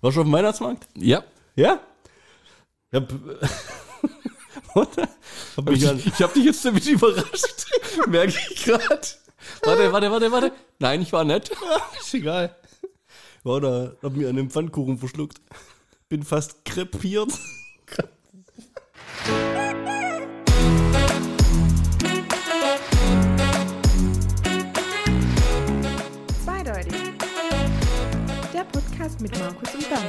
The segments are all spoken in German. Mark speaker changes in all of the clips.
Speaker 1: Warst du auf dem Weihnachtsmarkt?
Speaker 2: Ja.
Speaker 1: Ja? Ich hab. Warte. Also Hab mich an.
Speaker 2: Ich habe dich jetzt damit überrascht. Merke ich gerade. Warte, warte, warte, warte. Nein, ich war nett.
Speaker 1: Ist egal. War da, hab mir an dem Pfannkuchen verschluckt. Bin fast krepiert.
Speaker 3: Zweideutig. Der Podcast mit Markus und Dan.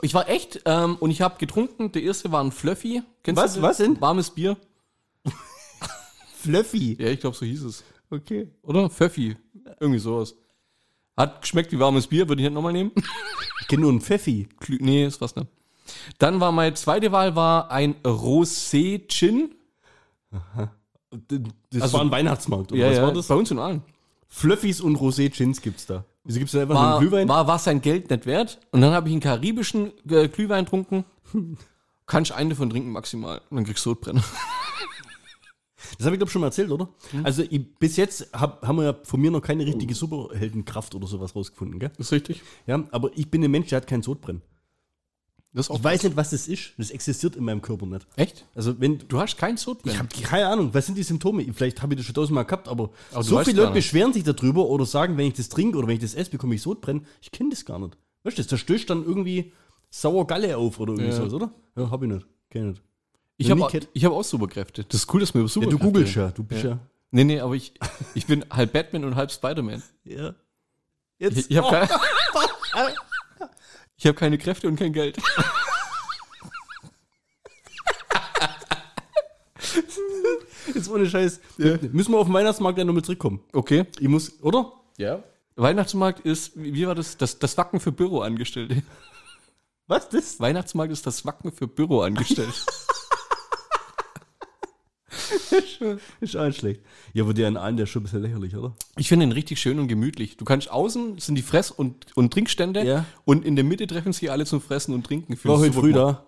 Speaker 2: Ich war echt ähm, und ich habe getrunken. Der erste war ein Fluffy. Kennst
Speaker 1: Was?
Speaker 2: das?
Speaker 1: Was denn?
Speaker 2: Warmes Bier.
Speaker 1: Fluffy.
Speaker 2: Ja, ich glaube, so hieß es.
Speaker 1: Okay.
Speaker 2: Oder? Pfeffi. Irgendwie sowas. Hat geschmeckt wie warmes Bier, würde ich nicht nochmal nehmen.
Speaker 1: Ich kenne nur einen Pfeffi.
Speaker 2: Klü nee, ist was, ne? Dann war meine zweite Wahl war ein Rosé-Gin.
Speaker 1: Das
Speaker 2: Also-
Speaker 1: war ein Weihnachtsmarkt, oder
Speaker 2: Ja,
Speaker 1: was
Speaker 2: ja,
Speaker 1: war das?
Speaker 2: Bei uns in allen.
Speaker 1: Fluffies und Rosé-Gins gibt's da. Wieso gibt's da einfach nur
Speaker 2: War,
Speaker 1: einen Glühwein?
Speaker 2: war, war sein Geld nicht wert. Und dann habe ich einen karibischen äh, Glühwein getrunken. Kannst eine davon trinken maximal. Und dann kriegst du Sodbrenner.
Speaker 1: Das habe ich, glaube schon mal erzählt, oder?
Speaker 2: Mhm.
Speaker 1: Also ich, bis jetzt hab, haben wir ja von mir noch keine richtige Superheldenkraft oder sowas rausgefunden, gell?
Speaker 2: Ist richtig.
Speaker 1: Ja, aber ich bin ein Mensch, der hat keinen Sodbrennen.
Speaker 2: Das ist auch
Speaker 1: Ich weiß nicht, was das ist. Das existiert in meinem Körper nicht.
Speaker 2: Echt?
Speaker 1: Also wenn
Speaker 2: Du hast keinen Sodbrenner.
Speaker 1: Ich habe keine Ahnung, was sind die Symptome? Vielleicht habe ich das schon tausendmal gehabt, aber,
Speaker 2: Aber du
Speaker 1: so
Speaker 2: weißt
Speaker 1: viele
Speaker 2: gar
Speaker 1: Leute
Speaker 2: nicht.
Speaker 1: beschweren sich darüber oder sagen, wenn ich das trinke oder wenn ich das esse, bekomme ich Sodbrennen. Ich kenne das gar nicht. Weißt du, das zerstößt dann irgendwie Sauergalle auf oder irgendwie
Speaker 2: Ja.
Speaker 1: sowas, oder? Ja, habe ich nicht. Kenn nicht.
Speaker 2: Ich habe
Speaker 1: nie
Speaker 2: auch, Oh,
Speaker 1: kennt-
Speaker 2: ich hab auch Superkräfte. Das ist cool, dass wir über Superkräfte
Speaker 1: ja, du bist ja.
Speaker 2: Nee, nee, aber ich, ich bin halb Batman und halb Spider-Man.
Speaker 1: Ja. Jetzt.
Speaker 2: Ich, ich habe keine, ich hab keine Kräfte und kein Geld.
Speaker 1: Jetzt ohne Scheiß. Müssen wir auf den Weihnachtsmarkt ja nochmal zurückkommen.
Speaker 2: Okay.
Speaker 1: Ich muss, oder?
Speaker 2: Ja. Weihnachtsmarkt ist, wie wie war das? Das, das Wacken für Büroangestellte.
Speaker 1: Was das?
Speaker 2: Weihnachtsmarkt ist das Wacken für Büroangestellte.
Speaker 1: Ist auch nicht schlecht. Ja, aber der in allen, der ist schon ein bisschen lächerlich, oder?
Speaker 2: Ich finde ihn richtig schön und gemütlich. Du kannst außen sind die Fress- und, und Trinkstände
Speaker 1: Ja.
Speaker 2: und in der Mitte treffen sich alle zum Fressen und Trinken.
Speaker 1: Ich war heute früh da.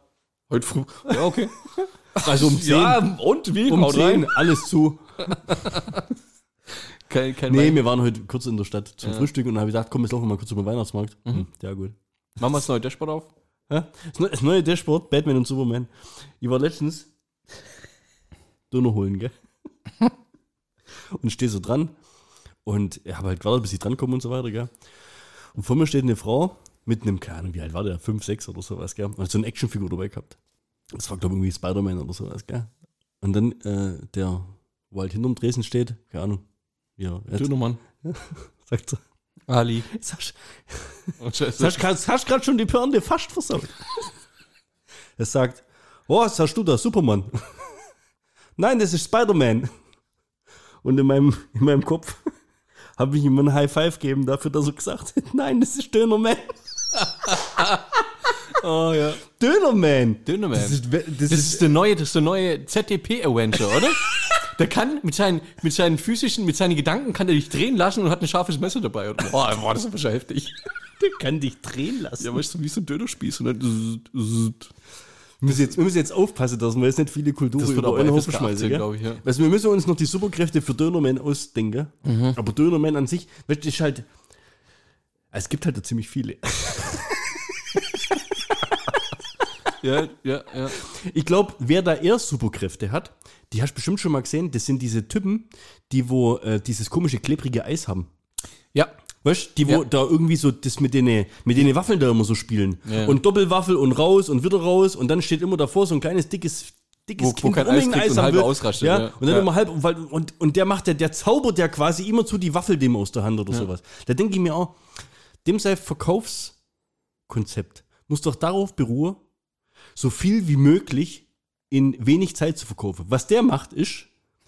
Speaker 2: Heute früh. Ja, okay.
Speaker 1: Also um 10.
Speaker 2: Ja, und wie?
Speaker 1: um
Speaker 2: Haut
Speaker 1: 10,
Speaker 2: rein.
Speaker 1: alles zu.
Speaker 2: Kein, kein
Speaker 1: Nee,
Speaker 2: Wein.
Speaker 1: wir waren heute kurz in der Stadt zum Frühstück und dann habe ich gedacht, komm, jetzt laufen wir mal kurz über den Weihnachtsmarkt.
Speaker 2: Mhm.
Speaker 1: Hm, Ja, gut.
Speaker 2: Machen wir das neue Dashboard auf.
Speaker 1: Ja? Das neu- Das neue Dashboard, Batman und Superman. Ich war letztens Döner holen, gell? Und stehe so dran und habe halt gewartet, bis ich drankomme und so weiter, gell? Und vor mir steht eine Frau mit einem, keine Ahnung, wie alt war der? 5, 6 oder sowas, gell? Und hat so eine Actionfigur dabei gehabt. Das war, glaube ich, irgendwie Spider-Man oder sowas, gell? Und dann äh, der, wo halt hinterm Dresden steht, keine Ahnung. Ja, er hat-
Speaker 2: Dönermann.
Speaker 1: sagt so,
Speaker 2: Ali.
Speaker 1: Sascha,
Speaker 2: Und Oh, Scheiße.
Speaker 1: Das hast, hast gerade schon die Pörnde fast versaut. Es sagt, oh, was hast du da? Superman. Nein, das ist Spider-Man. Und in meinem, in meinem Kopf habe ich ihm einen High Five gegeben dafür, dass er gesagt hat, nein, das ist Dönerman.
Speaker 2: Oh ja.
Speaker 1: Dönerman.
Speaker 2: Dönerman.
Speaker 1: Das ist, we- das
Speaker 2: Das
Speaker 1: ist,
Speaker 2: ist der neue, das ist der neue ZDP-Avenger, oder? Der kann mit seinen, mit seinen physischen, mit seinen Gedanken kann er dich drehen lassen und hat ein scharfes Messer dabei. Und, boah, boah, das ist aber schon heftig.
Speaker 1: der kann dich drehen lassen.
Speaker 2: Ja, weißt du, wie so ein Dönerspieß und dann.
Speaker 1: Wir müssen, jetzt, wir müssen jetzt aufpassen, dass wir jetzt nicht viele Kulturen
Speaker 2: Das wird
Speaker 1: über
Speaker 2: aber
Speaker 1: einen
Speaker 2: FSK
Speaker 1: Haufen schmeißen.
Speaker 2: 18,
Speaker 1: gell?
Speaker 2: glaub ich, ja.
Speaker 1: Weißt du, wir müssen uns noch die Superkräfte für Dönerman ausdenken.
Speaker 2: Mhm.
Speaker 1: Aber Dönerman an sich, weißt du, ist halt. Es gibt halt da ziemlich viele.
Speaker 2: Ja, ja, ja.
Speaker 1: Ich glaube, wer da eher Superkräfte hat, die hast du bestimmt schon mal gesehen, das sind diese Typen, die wo äh, dieses komische klebrige Eis haben.
Speaker 2: Ja.
Speaker 1: Weißt du, die wo
Speaker 2: Ja.
Speaker 1: da irgendwie so das mit denen, mit denen Waffeln da immer so spielen.
Speaker 2: Ja.
Speaker 1: Und Doppelwaffel und raus und wieder raus und dann steht immer davor so ein kleines dickes dickes
Speaker 2: Wo- wo kein Eis kriegt und halber ausrastet,
Speaker 1: ja?
Speaker 2: ja.
Speaker 1: Und dann
Speaker 2: Ja.
Speaker 1: immer halb und, weil- und, und der macht der, der zaubert ja quasi immer zu die Waffel dem aus der Hand oder sowas. Da denke ich mir auch, dem sei Verkaufskonzept muss doch darauf beruhen, so viel wie möglich in wenig Zeit zu verkaufen. Was der macht, ist,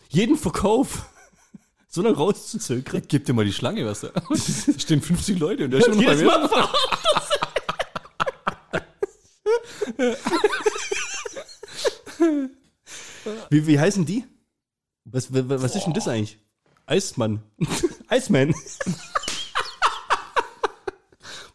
Speaker 1: jeden Verkauf so lange rauszuzögern.
Speaker 2: Gib dir mal die Schlange, was da. Da stehen 50 Leute und der ist schon
Speaker 1: Jedes
Speaker 2: bei
Speaker 1: Mal ver- wie, wie heißen die? Was, wa- wa- was ist denn das eigentlich? Eismann. Eisman.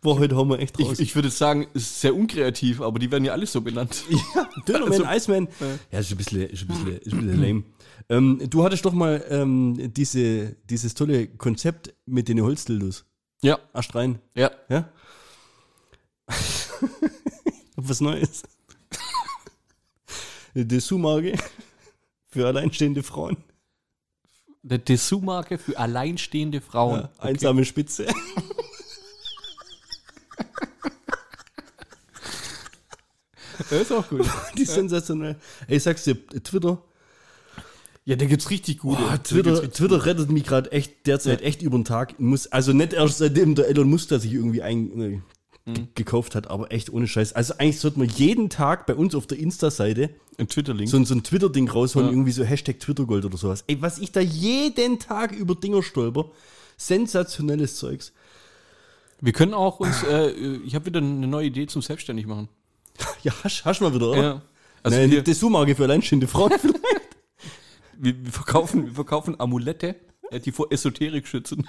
Speaker 1: Boah, heute hauen wir echt
Speaker 2: Ich,
Speaker 1: raus.
Speaker 2: ich würde sagen, es ist sehr unkreativ, aber die werden ja alle so benannt.
Speaker 1: ja, Dönerman,
Speaker 2: Also-
Speaker 1: Eisman. Ja, ist ein bisschen, ist ein bisschen, ist ein bisschen lame. Ähm, du hattest doch mal ähm, diese, dieses tolle Konzept mit den Holzdildos.
Speaker 2: Ja,
Speaker 1: Ascht rein.
Speaker 2: ja.
Speaker 1: Ja? Was Neues. Dessous-Marke für alleinstehende Frauen.
Speaker 2: Eine Dessous-Marke für alleinstehende Frauen.
Speaker 1: Ja, Einsame Spitze.
Speaker 2: Das ist auch gut.
Speaker 1: Die ist sensationell. Ey, ich sag's dir, Twitter,
Speaker 2: Ja, da gibt's richtig gute.
Speaker 1: boah,
Speaker 2: Da gibt's
Speaker 1: Twitter,
Speaker 2: richtig-
Speaker 1: Twitter rettet mich gerade echt derzeit echt über den Tag. Muss, also nicht erst seitdem der Elon Musk das sich irgendwie ein, äh, ge- gekauft hat, aber echt ohne Scheiß. Also eigentlich sollte man jeden Tag bei uns auf der Insta-Seite
Speaker 2: Ein Twitter-Link.
Speaker 1: so, ein- so ein Twitter-Ding rausholen,
Speaker 2: Ja.
Speaker 1: irgendwie so Hashtag Twittergold oder sowas. Ey, was ich da jeden Tag über Dinger stolper. Sensationelles Zeugs.
Speaker 2: Wir können auch uns, äh, ich habe wieder eine neue Idee zum Selbstständig machen.
Speaker 1: Ja, hasch, hasch mal wieder, oder?
Speaker 2: Ja. Also
Speaker 1: Nein,
Speaker 2: wir,
Speaker 1: eine Dessous-Marke für alleinstehende Frauen.
Speaker 2: wir, wir, verkaufen, wir verkaufen Amulette, äh, die vor Esoterik schützen.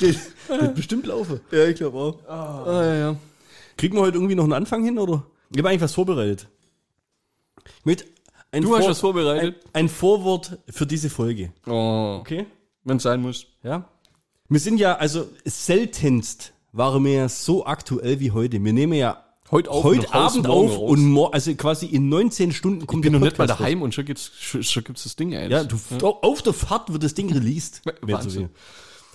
Speaker 1: das wird bestimmt laufen. Ja, ich glaube auch.
Speaker 2: Ah, ja, ja.
Speaker 1: Kriegen wir heute irgendwie noch einen Anfang hin, oder? Ich habe eigentlich was vorbereitet. Mit ein
Speaker 2: Du hast was vorbereitet.
Speaker 1: Ein, ein Vorwort für diese Folge.
Speaker 2: Oh,
Speaker 1: Okay?
Speaker 2: wenn es sein muss.
Speaker 1: Ja. Wir sind ja, also seltenst waren wir ja so aktuell wie heute. Wir nehmen ja
Speaker 2: Heute auf,
Speaker 1: heute
Speaker 2: nach Hause,
Speaker 1: Abend
Speaker 2: morgen
Speaker 1: auf
Speaker 2: raus.
Speaker 1: und morgen, also quasi in 19 Stunden kommt
Speaker 2: Ich bin noch nicht mal
Speaker 1: Podcast
Speaker 2: daheim und schon gibt's, schon, schon gibt's das Ding, ey.
Speaker 1: raus. Ja, du, auf der Fahrt wird das Ding released. Mehr zu
Speaker 2: Wahnsinn.
Speaker 1: sehen.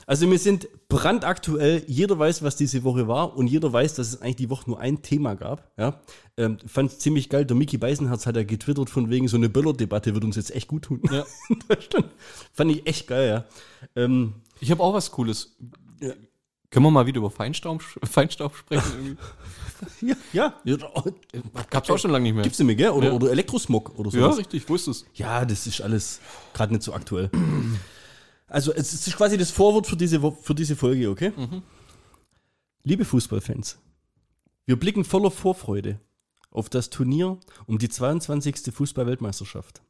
Speaker 1: Also wir sind brandaktuell, jeder weiß, was diese Woche war und jeder weiß, dass es eigentlich die Woche nur ein Thema gab. Ja, ähm, fand ziemlich geil, der Mickey Beisenherz hat ja getwittert von wegen, so eine Böller-Debatte wird uns jetzt echt gut tun.
Speaker 2: Ja.
Speaker 1: Das stimmt. fand ich echt geil, ja. Ähm,
Speaker 2: Ich habe auch was Cooles. Können wir mal wieder über Feinstaub, Feinstaub sprechen?
Speaker 1: ja, ja.
Speaker 2: Irgendwie? Gab's auch schon lange nicht mehr.
Speaker 1: Gibt's nicht mehr, gell? Oder,
Speaker 2: Ja.
Speaker 1: oder Elektrosmog oder
Speaker 2: ja,
Speaker 1: sowas.
Speaker 2: richtig, wo ist es?
Speaker 1: Ja, das ist alles gerade nicht so aktuell. Also es ist quasi das Vorwort für diese, Wo- für diese Folge, okay? Liebe Fußballfans, wir blicken voller Vorfreude auf das Turnier um die 22. Fußball-Weltmeisterschaft.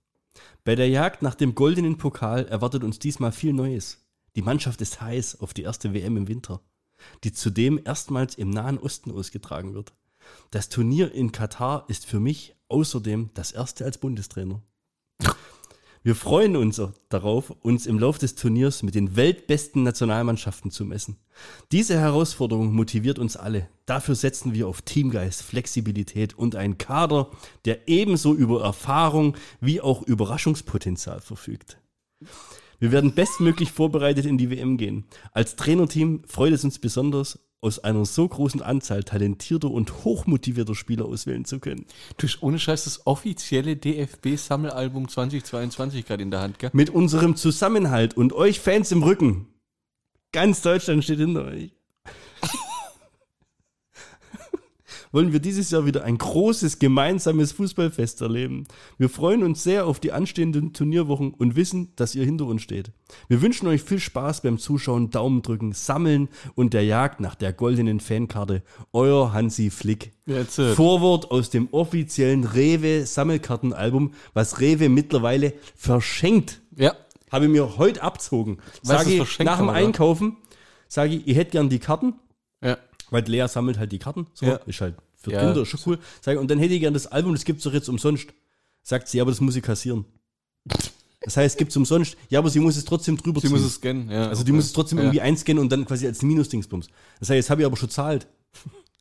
Speaker 1: Bei der Jagd nach dem goldenen Pokal erwartet uns diesmal viel Neues. Die Mannschaft ist heiß auf die erste WM im Winter, die zudem erstmals im Nahen Osten ausgetragen wird. Das Turnier in Katar ist für mich außerdem das erste als Bundestrainer. Wir freuen uns darauf, uns im Lauf des Turniers mit den weltbesten Nationalmannschaften zu messen. Diese Herausforderung motiviert uns alle. Dafür setzen wir auf Teamgeist, Flexibilität und einen Kader, der ebenso über Erfahrung wie auch Überraschungspotenzial verfügt. Wir werden bestmöglich vorbereitet in die WM gehen. Als Trainerteam freut es uns besonders, aus einer so großen Anzahl talentierter und hochmotivierter Spieler auswählen zu können.
Speaker 2: Du hast ohne Scheiß das offizielle DFB-Sammelalbum 2022 gerade in der Hand, gell?
Speaker 1: Mit unserem Zusammenhalt und euch Fans im Rücken. Ganz Deutschland steht hinter euch. Wollen wir dieses Jahr wieder ein großes gemeinsames Fußballfest erleben. Wir freuen uns sehr auf die anstehenden Turnierwochen und wissen, dass ihr hinter uns steht. Wir wünschen euch viel Spaß beim Zuschauen, Daumen drücken, sammeln und der Jagd nach der goldenen Fankarte. Euer Hansi Flick.
Speaker 2: That's it.
Speaker 1: Vorwort aus dem offiziellen Rewe Sammelkartenalbum, was Rewe mittlerweile verschenkt.
Speaker 2: Ja.
Speaker 1: Habe ich mir heute abzogen.
Speaker 2: Weißt du,
Speaker 1: Sage
Speaker 2: es
Speaker 1: ich
Speaker 2: verschenkt
Speaker 1: nach dem
Speaker 2: haben, oder?
Speaker 1: Einkaufen, sage ich, ich hätte gern die Karten,
Speaker 2: Ja.
Speaker 1: weil Lea sammelt halt die Karten. So,
Speaker 2: Ja.
Speaker 1: ist halt für
Speaker 2: Ja.
Speaker 1: Kinder schon cool. Sage ich, und dann hätte ich gern das Album, das gibt's doch jetzt umsonst. Sagt sie, ja, aber das muss ich kassieren. Das heißt, gibt's umsonst. Ja, aber sie muss es trotzdem drüber
Speaker 2: Sie muss es scannen, ja.
Speaker 1: also die muss es trotzdem
Speaker 2: Ja.
Speaker 1: irgendwie einscannen und dann quasi als Minus-Dingsbums. Das heißt, jetzt habe ich aber schon zahlt.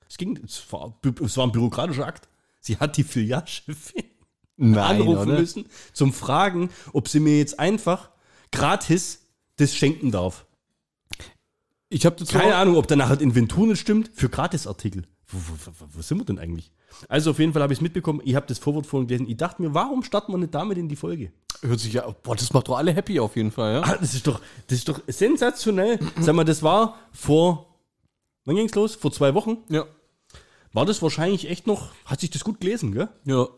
Speaker 1: Es ging, es war, es war ein bürokratischer Akt. Sie hat die Filialchefin
Speaker 2: Nein,
Speaker 1: anrufen
Speaker 2: oder?
Speaker 1: müssen, zum Fragen, ob sie mir jetzt einfach gratis das schenken darf.
Speaker 2: Ich habe dazu
Speaker 1: Keine
Speaker 2: auch-
Speaker 1: Ahnung, ob danach das Inventur nicht stimmt für Gratisartikel. Wo, wo, wo, wo sind wir denn eigentlich? Also auf jeden Fall habe ich es mitbekommen. Ich habe das Vorwort vorhin gelesen. Ich dachte mir, warum starten wir nicht damit in die Folge?
Speaker 2: Hört sich ja, boah, das macht doch alle happy auf jeden Fall, ja?
Speaker 1: Ah, das ist doch, das ist doch sensationell. Sag mal, das war vor, wann ging's los? Vor zwei Wochen.
Speaker 2: Ja.
Speaker 1: War das wahrscheinlich echt noch, hat sich das gut gelesen, gell?
Speaker 2: Ja. Ähm,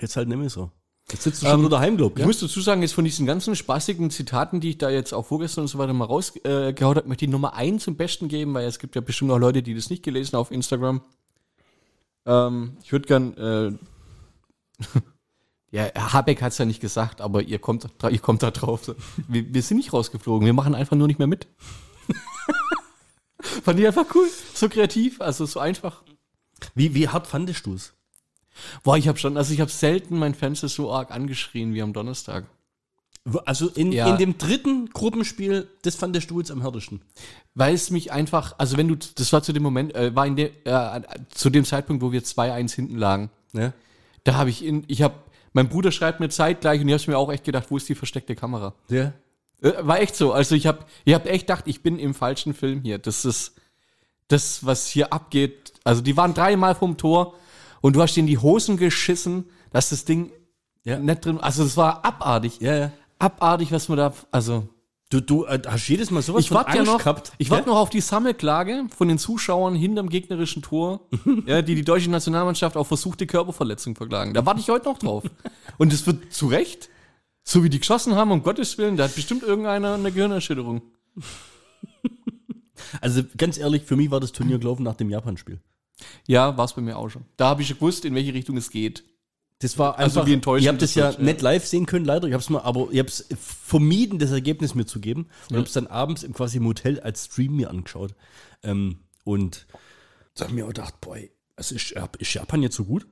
Speaker 1: Jetzt halt nicht mehr so. Jetzt sitzt du schon nur daheim, glaub
Speaker 2: Ich muss dazu sagen, jetzt von diesen ganzen spaßigen Zitaten, die ich da jetzt auch vorgestern und so weiter mal rausgehaut äh, gehaut habe, möchte ich Nummer eins zum Besten geben, weil es gibt ja bestimmt auch Leute, die das nicht gelesen haben auf Instagram. Ähm, ich würde gern, äh, ja, Herr Habeck hat es ja nicht gesagt, aber ihr kommt, dra- ihr kommt da drauf. Wir, wir sind nicht rausgeflogen, wir machen einfach nur nicht mehr mit. Fand ich einfach cool, so kreativ, also so einfach.
Speaker 1: Wie, wie hart fandest du es?
Speaker 2: Boah, ich habe schon, also ich habe selten mein Fenster so arg angeschrien wie am Donnerstag.
Speaker 1: Also in,
Speaker 2: Ja.
Speaker 1: in dem dritten Gruppenspiel, das fandest du jetzt am härtesten.
Speaker 2: Weil es mich einfach, also wenn du, das war zu dem Moment, äh, war in der, äh, zu dem Zeitpunkt, wo wir 2-1 hinten lagen,
Speaker 1: Ne?
Speaker 2: da habe ich in, ich habe, mein Bruder schreibt mir zeitgleich und ich habe mir auch echt gedacht, wo ist die versteckte Kamera?
Speaker 1: Ja.
Speaker 2: Äh, war echt so, also ich habe, ich habe echt gedacht, ich bin im falschen Film hier. Das ist das, was hier abgeht. Also die waren dreimal vom Tor und du hast denen die Hosen geschissen, dass das Ding
Speaker 1: Ja.
Speaker 2: nicht drin, also es war abartig,
Speaker 1: Ja, ja.
Speaker 2: abartig, was man da, also
Speaker 1: Du, du äh, hast jedes Mal sowas
Speaker 2: ich warte ja noch,
Speaker 1: gehabt.
Speaker 2: ich warte
Speaker 1: ja?
Speaker 2: noch auf die Sammelklage von den Zuschauern hinterm gegnerischen Tor, ja, die die deutsche Nationalmannschaft auf versuchte Körperverletzung verklagen. Da warte ich heute noch drauf. Und es wird zu Recht, so wie die geschossen haben, um Gottes Willen, da hat bestimmt irgendeiner eine Gehirnerschütterung.
Speaker 1: Also ganz ehrlich, für mich war das Turnier gelaufen nach dem Japan-Spiel.
Speaker 2: Ja, war es bei mir auch schon. Da habe ich schon gewusst, in welche Richtung es geht.
Speaker 1: Das war
Speaker 2: Also,
Speaker 1: einfach,
Speaker 2: wie enttäuschend
Speaker 1: ich habe das
Speaker 2: das
Speaker 1: ja
Speaker 2: wird, ja.
Speaker 1: nicht live sehen können, leider. Ich habe es mal, aber ich habe es vermieden, das Ergebnis mir zu geben und habe es dann abends im quasi im Hotel als Stream mir angeschaut. Ähm, und da habe ich mir auch gedacht, boy, also ist, ist Japan jetzt so gut?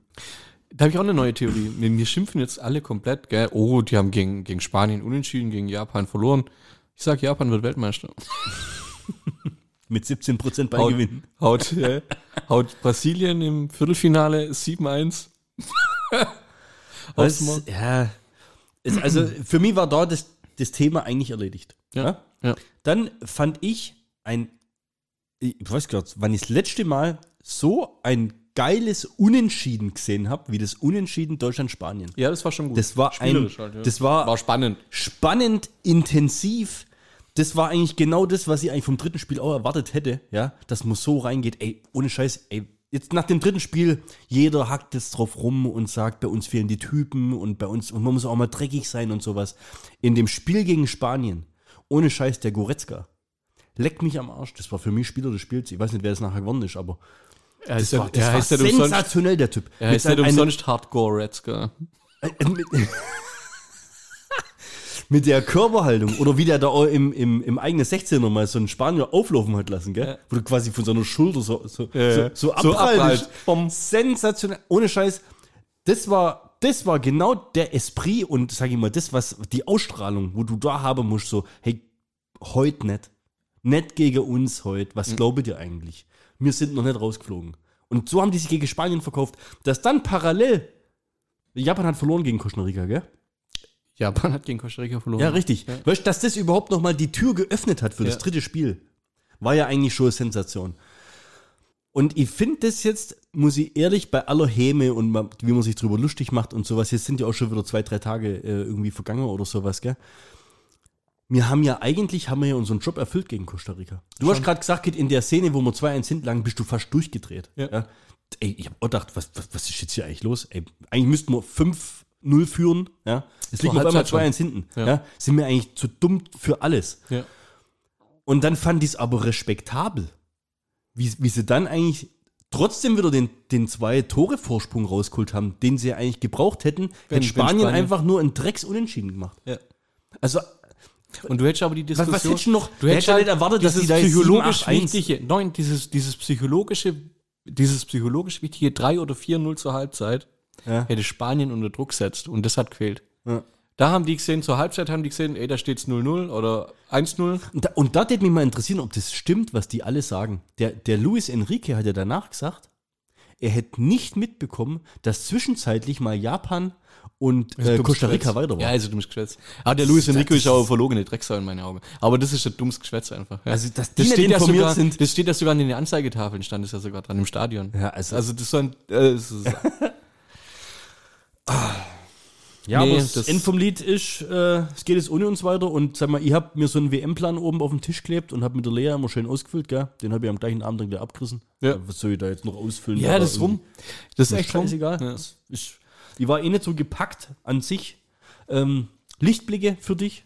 Speaker 2: Da habe ich auch eine neue Theorie. Mir, mir schimpfen jetzt alle komplett, gell? Oh, die haben gegen, gegen Spanien unentschieden, gegen Japan verloren. Ich sag, Japan wird Weltmeister.
Speaker 1: Mit 17 Prozent
Speaker 2: Haut,
Speaker 1: Ballgewinn.
Speaker 2: haut, äh, haut Brasilien im Viertelfinale 7-1.
Speaker 1: Das-
Speaker 2: Ausmaß.
Speaker 1: ja. Es, also für mich war da das, das Thema eigentlich erledigt. Ja.
Speaker 2: Ja.
Speaker 1: Dann fand ich ein, ich weiß gar nicht, wann ich das letzte Mal so ein geiles Unentschieden gesehen habe, wie das Unentschieden Deutschland-Spanien.
Speaker 2: ja, das war schon gut.
Speaker 1: Das war ein,
Speaker 2: Spielerisch halt, ja.
Speaker 1: das war,
Speaker 2: war spannend.
Speaker 1: spannend, intensiv. Das war eigentlich genau das, was ich eigentlich vom dritten Spiel auch erwartet hätte, ja, dass man so reingeht, ey, ohne Scheiß, ey, jetzt nach dem dritten Spiel, jeder hackt jetzt drauf rum und sagt, bei uns fehlen die Typen und bei uns, und man muss auch mal dreckig sein und sowas. In dem Spiel gegen Spanien, ohne Scheiß, der Goretzka, leckt mich am Arsch, das war für mich Spieler des Spiels, ich weiß nicht, wer es nachher geworden ist, aber
Speaker 2: Er ist
Speaker 1: das war sensationell, der Typ.
Speaker 2: Er ist
Speaker 1: Mit seinem-
Speaker 2: nicht umsonst Hardcore Retzka.
Speaker 1: äh, Mit, mit der Körperhaltung oder wie der da auch im, im, im eigenen 16er mal so einen Spanier auflaufen hat lassen, gell? Wo du quasi von seiner Schulter so, so,
Speaker 2: Ja,
Speaker 1: so, so
Speaker 2: ja. So
Speaker 1: abprallst.
Speaker 2: abprallt.
Speaker 1: Vom sensationell, ohne Scheiß. Das war, das war genau der Esprit und sag ich mal, das, was die Ausstrahlung, wo du da haben musst, so, hey, heute nicht. Nicht gegen uns heute. Was glaubet ihr eigentlich? Wir sind noch nicht rausgeflogen. Und so haben die sich gegen Spanien verkauft, dass dann parallel Japan hat verloren gegen Costa Rica, gell?
Speaker 2: Japan hat gegen Costa Rica verloren.
Speaker 1: Ja, richtig. Weißt du, dass das überhaupt nochmal die Tür geöffnet hat für das
Speaker 2: Ja.
Speaker 1: dritte Spiel, war ja eigentlich schon eine Sensation. Und ich finde das jetzt, muss ich ehrlich, bei aller Häme und ma- wie man sich drüber lustig macht und sowas, jetzt sind ja auch schon wieder zwei, drei Tage äh, irgendwie vergangen oder sowas, gell? Wir haben ja eigentlich, haben wir ja unseren Job erfüllt gegen Costa Rica. Du hast gerade gesagt, Kid, in der Szene, wo wir 2-1 hinlagen, bist du fast durchgedreht.
Speaker 2: Ja.
Speaker 1: Ey, ich habe auch gedacht, was, was, was ist jetzt hier eigentlich los? Ey, eigentlich müssten wir 5-0 führen, ja? Es liegt auf einmal
Speaker 2: Halbzeit schon.
Speaker 1: 2-1 hinten. Ja.
Speaker 2: Ja.
Speaker 1: Sind wir eigentlich zu dumm für alles.
Speaker 2: Ja.
Speaker 1: Und dann fand ich es aber respektabel, wie, wie sie dann eigentlich trotzdem wieder den, den zwei Tore-Vorsprung rausgeholt haben, den sie ja eigentlich gebraucht hätten,
Speaker 2: Wenn- wenn
Speaker 1: hätte Spanien,
Speaker 2: Spanien-
Speaker 1: einfach nur einen Drecksunentschieden gemacht.
Speaker 2: Ja.
Speaker 1: Also,
Speaker 2: Und du hättest aber die
Speaker 1: was,
Speaker 2: Diskussion.
Speaker 1: was hättest du noch?
Speaker 2: Du hättest
Speaker 1: ja
Speaker 2: halt
Speaker 1: nicht erwartet, dass
Speaker 2: dieses
Speaker 1: sie da jetzt
Speaker 2: psychologisch
Speaker 1: 7-8-1
Speaker 2: wichtige, nein, dieses, dieses psychologische, dieses psychologisch wichtige 3 oder 4-0 zur Halbzeit
Speaker 1: Ja.
Speaker 2: hätte Spanien unter Druck gesetzt und das hat quält.
Speaker 1: Ja.
Speaker 2: Da haben die gesehen, zur Halbzeit haben die gesehen, ey, da steht's 0-0 oder 1-0.
Speaker 1: Und da, und da würde mich mal interessieren, ob das stimmt, was die alle sagen. Der, der Luis Enrique hat ja danach gesagt, er hätte nicht mitbekommen, dass zwischenzeitlich mal Japan und äh, Costa Rica weiter
Speaker 2: Also Ja,
Speaker 1: war.
Speaker 2: also dummes Geschwätz. Aber der Luis
Speaker 1: Das
Speaker 2: Enrico ist
Speaker 1: ist-
Speaker 2: ja auch ein verlogene Drecksau in meinen Augen. Aber das ist ein dummes Geschwätz einfach. Ja.
Speaker 1: Also, dass die
Speaker 2: das
Speaker 1: nicht
Speaker 2: steht ja
Speaker 1: informiert
Speaker 2: sogar,
Speaker 1: sind.
Speaker 2: Das steht ja sogar in den Anzeigetafeln, stand es ja sogar dran im Stadion.
Speaker 1: Ja, also-
Speaker 2: das ist so ein, äh, das ist,
Speaker 1: Ja,
Speaker 2: Nee,
Speaker 1: aber das
Speaker 2: das-
Speaker 1: Ende vom Lied ist, äh, es geht jetzt ohne uns weiter und sag mal, ich hab mir so einen WM-Plan oben auf den Tisch geklebt und hab mit der Lea immer schön ausgefüllt, gell? Den hab ich am gleichen Abend dann wieder abgerissen.
Speaker 2: Ja.
Speaker 1: Was soll ich da jetzt noch ausfüllen?
Speaker 2: ja, das ist rum. Das
Speaker 1: Ist echt scheißegal.
Speaker 2: Ja.
Speaker 1: Das ist, ich war eh nicht so gepackt an sich. Ähm, Lichtblicke für dich?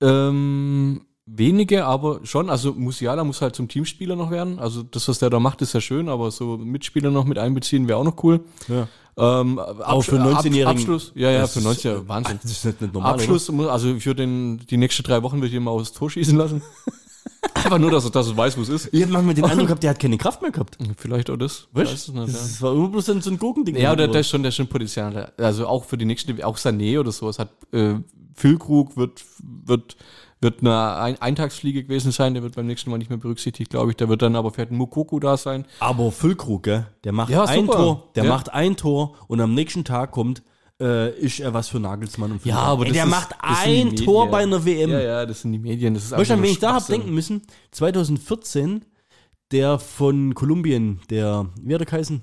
Speaker 2: Ähm, wenige, aber schon. Also Musiala muss halt zum Teamspieler noch werden. Also das, was der da macht, ist ja schön, aber so Mitspieler noch mit einbeziehen wäre auch noch cool.
Speaker 1: Ja.
Speaker 2: Ähm, auch
Speaker 1: für 19-Jährigen.
Speaker 2: Abschluss. Ja, ja,
Speaker 1: Das
Speaker 2: für
Speaker 1: ist-
Speaker 2: 19 Wahnsinn.
Speaker 1: Das ist nicht, nicht normal. Abschluss.
Speaker 2: Abschluss, muss- also für den, die nächsten drei Wochen will ich ihn mal aufs Tor schießen lassen. Einfach nur, dass er, dass er weiß, wo es ist.
Speaker 1: Oder? Ich hab manchmal den Eindruck gehabt, der hat keine Kraft mehr gehabt.
Speaker 2: Vielleicht auch das. Weiß es nicht, ja.
Speaker 1: Das war immer bloß so ein- so ein Gurkending.
Speaker 2: Ja, oder da ist schon, da ist schon Potenzial. da. Also auch für die nächsten, auch Sané oder sowas hat äh, Füllkrug wird, wird, wird eine ein Eintagsfliege gewesen sein, der wird beim nächsten Mal nicht mehr berücksichtigt, glaube ich. Da wird dann aber vielleicht ein Mukoko da sein.
Speaker 1: Aber Füllkrug, gell? Der macht
Speaker 2: Ja,
Speaker 1: ein
Speaker 2: super.
Speaker 1: Tor, der
Speaker 2: Ja.
Speaker 1: macht ein Tor und am nächsten Tag kommt, äh, ist er was für Nagelsmann und für
Speaker 2: Ja, aber
Speaker 1: Ey,
Speaker 2: das
Speaker 1: der
Speaker 2: ist-
Speaker 1: macht
Speaker 2: das sind die
Speaker 1: ein
Speaker 2: Medien.
Speaker 1: Tor bei einer WM.
Speaker 2: Ja, ja, das sind die Medien. Das ist
Speaker 1: Weißt du, an
Speaker 2: einfach
Speaker 1: wen
Speaker 2: nur
Speaker 1: ich da hab
Speaker 2: Schwachsinn.
Speaker 1: denken müssen? 2014, der von Kolumbien, der, wie hat er geheißen?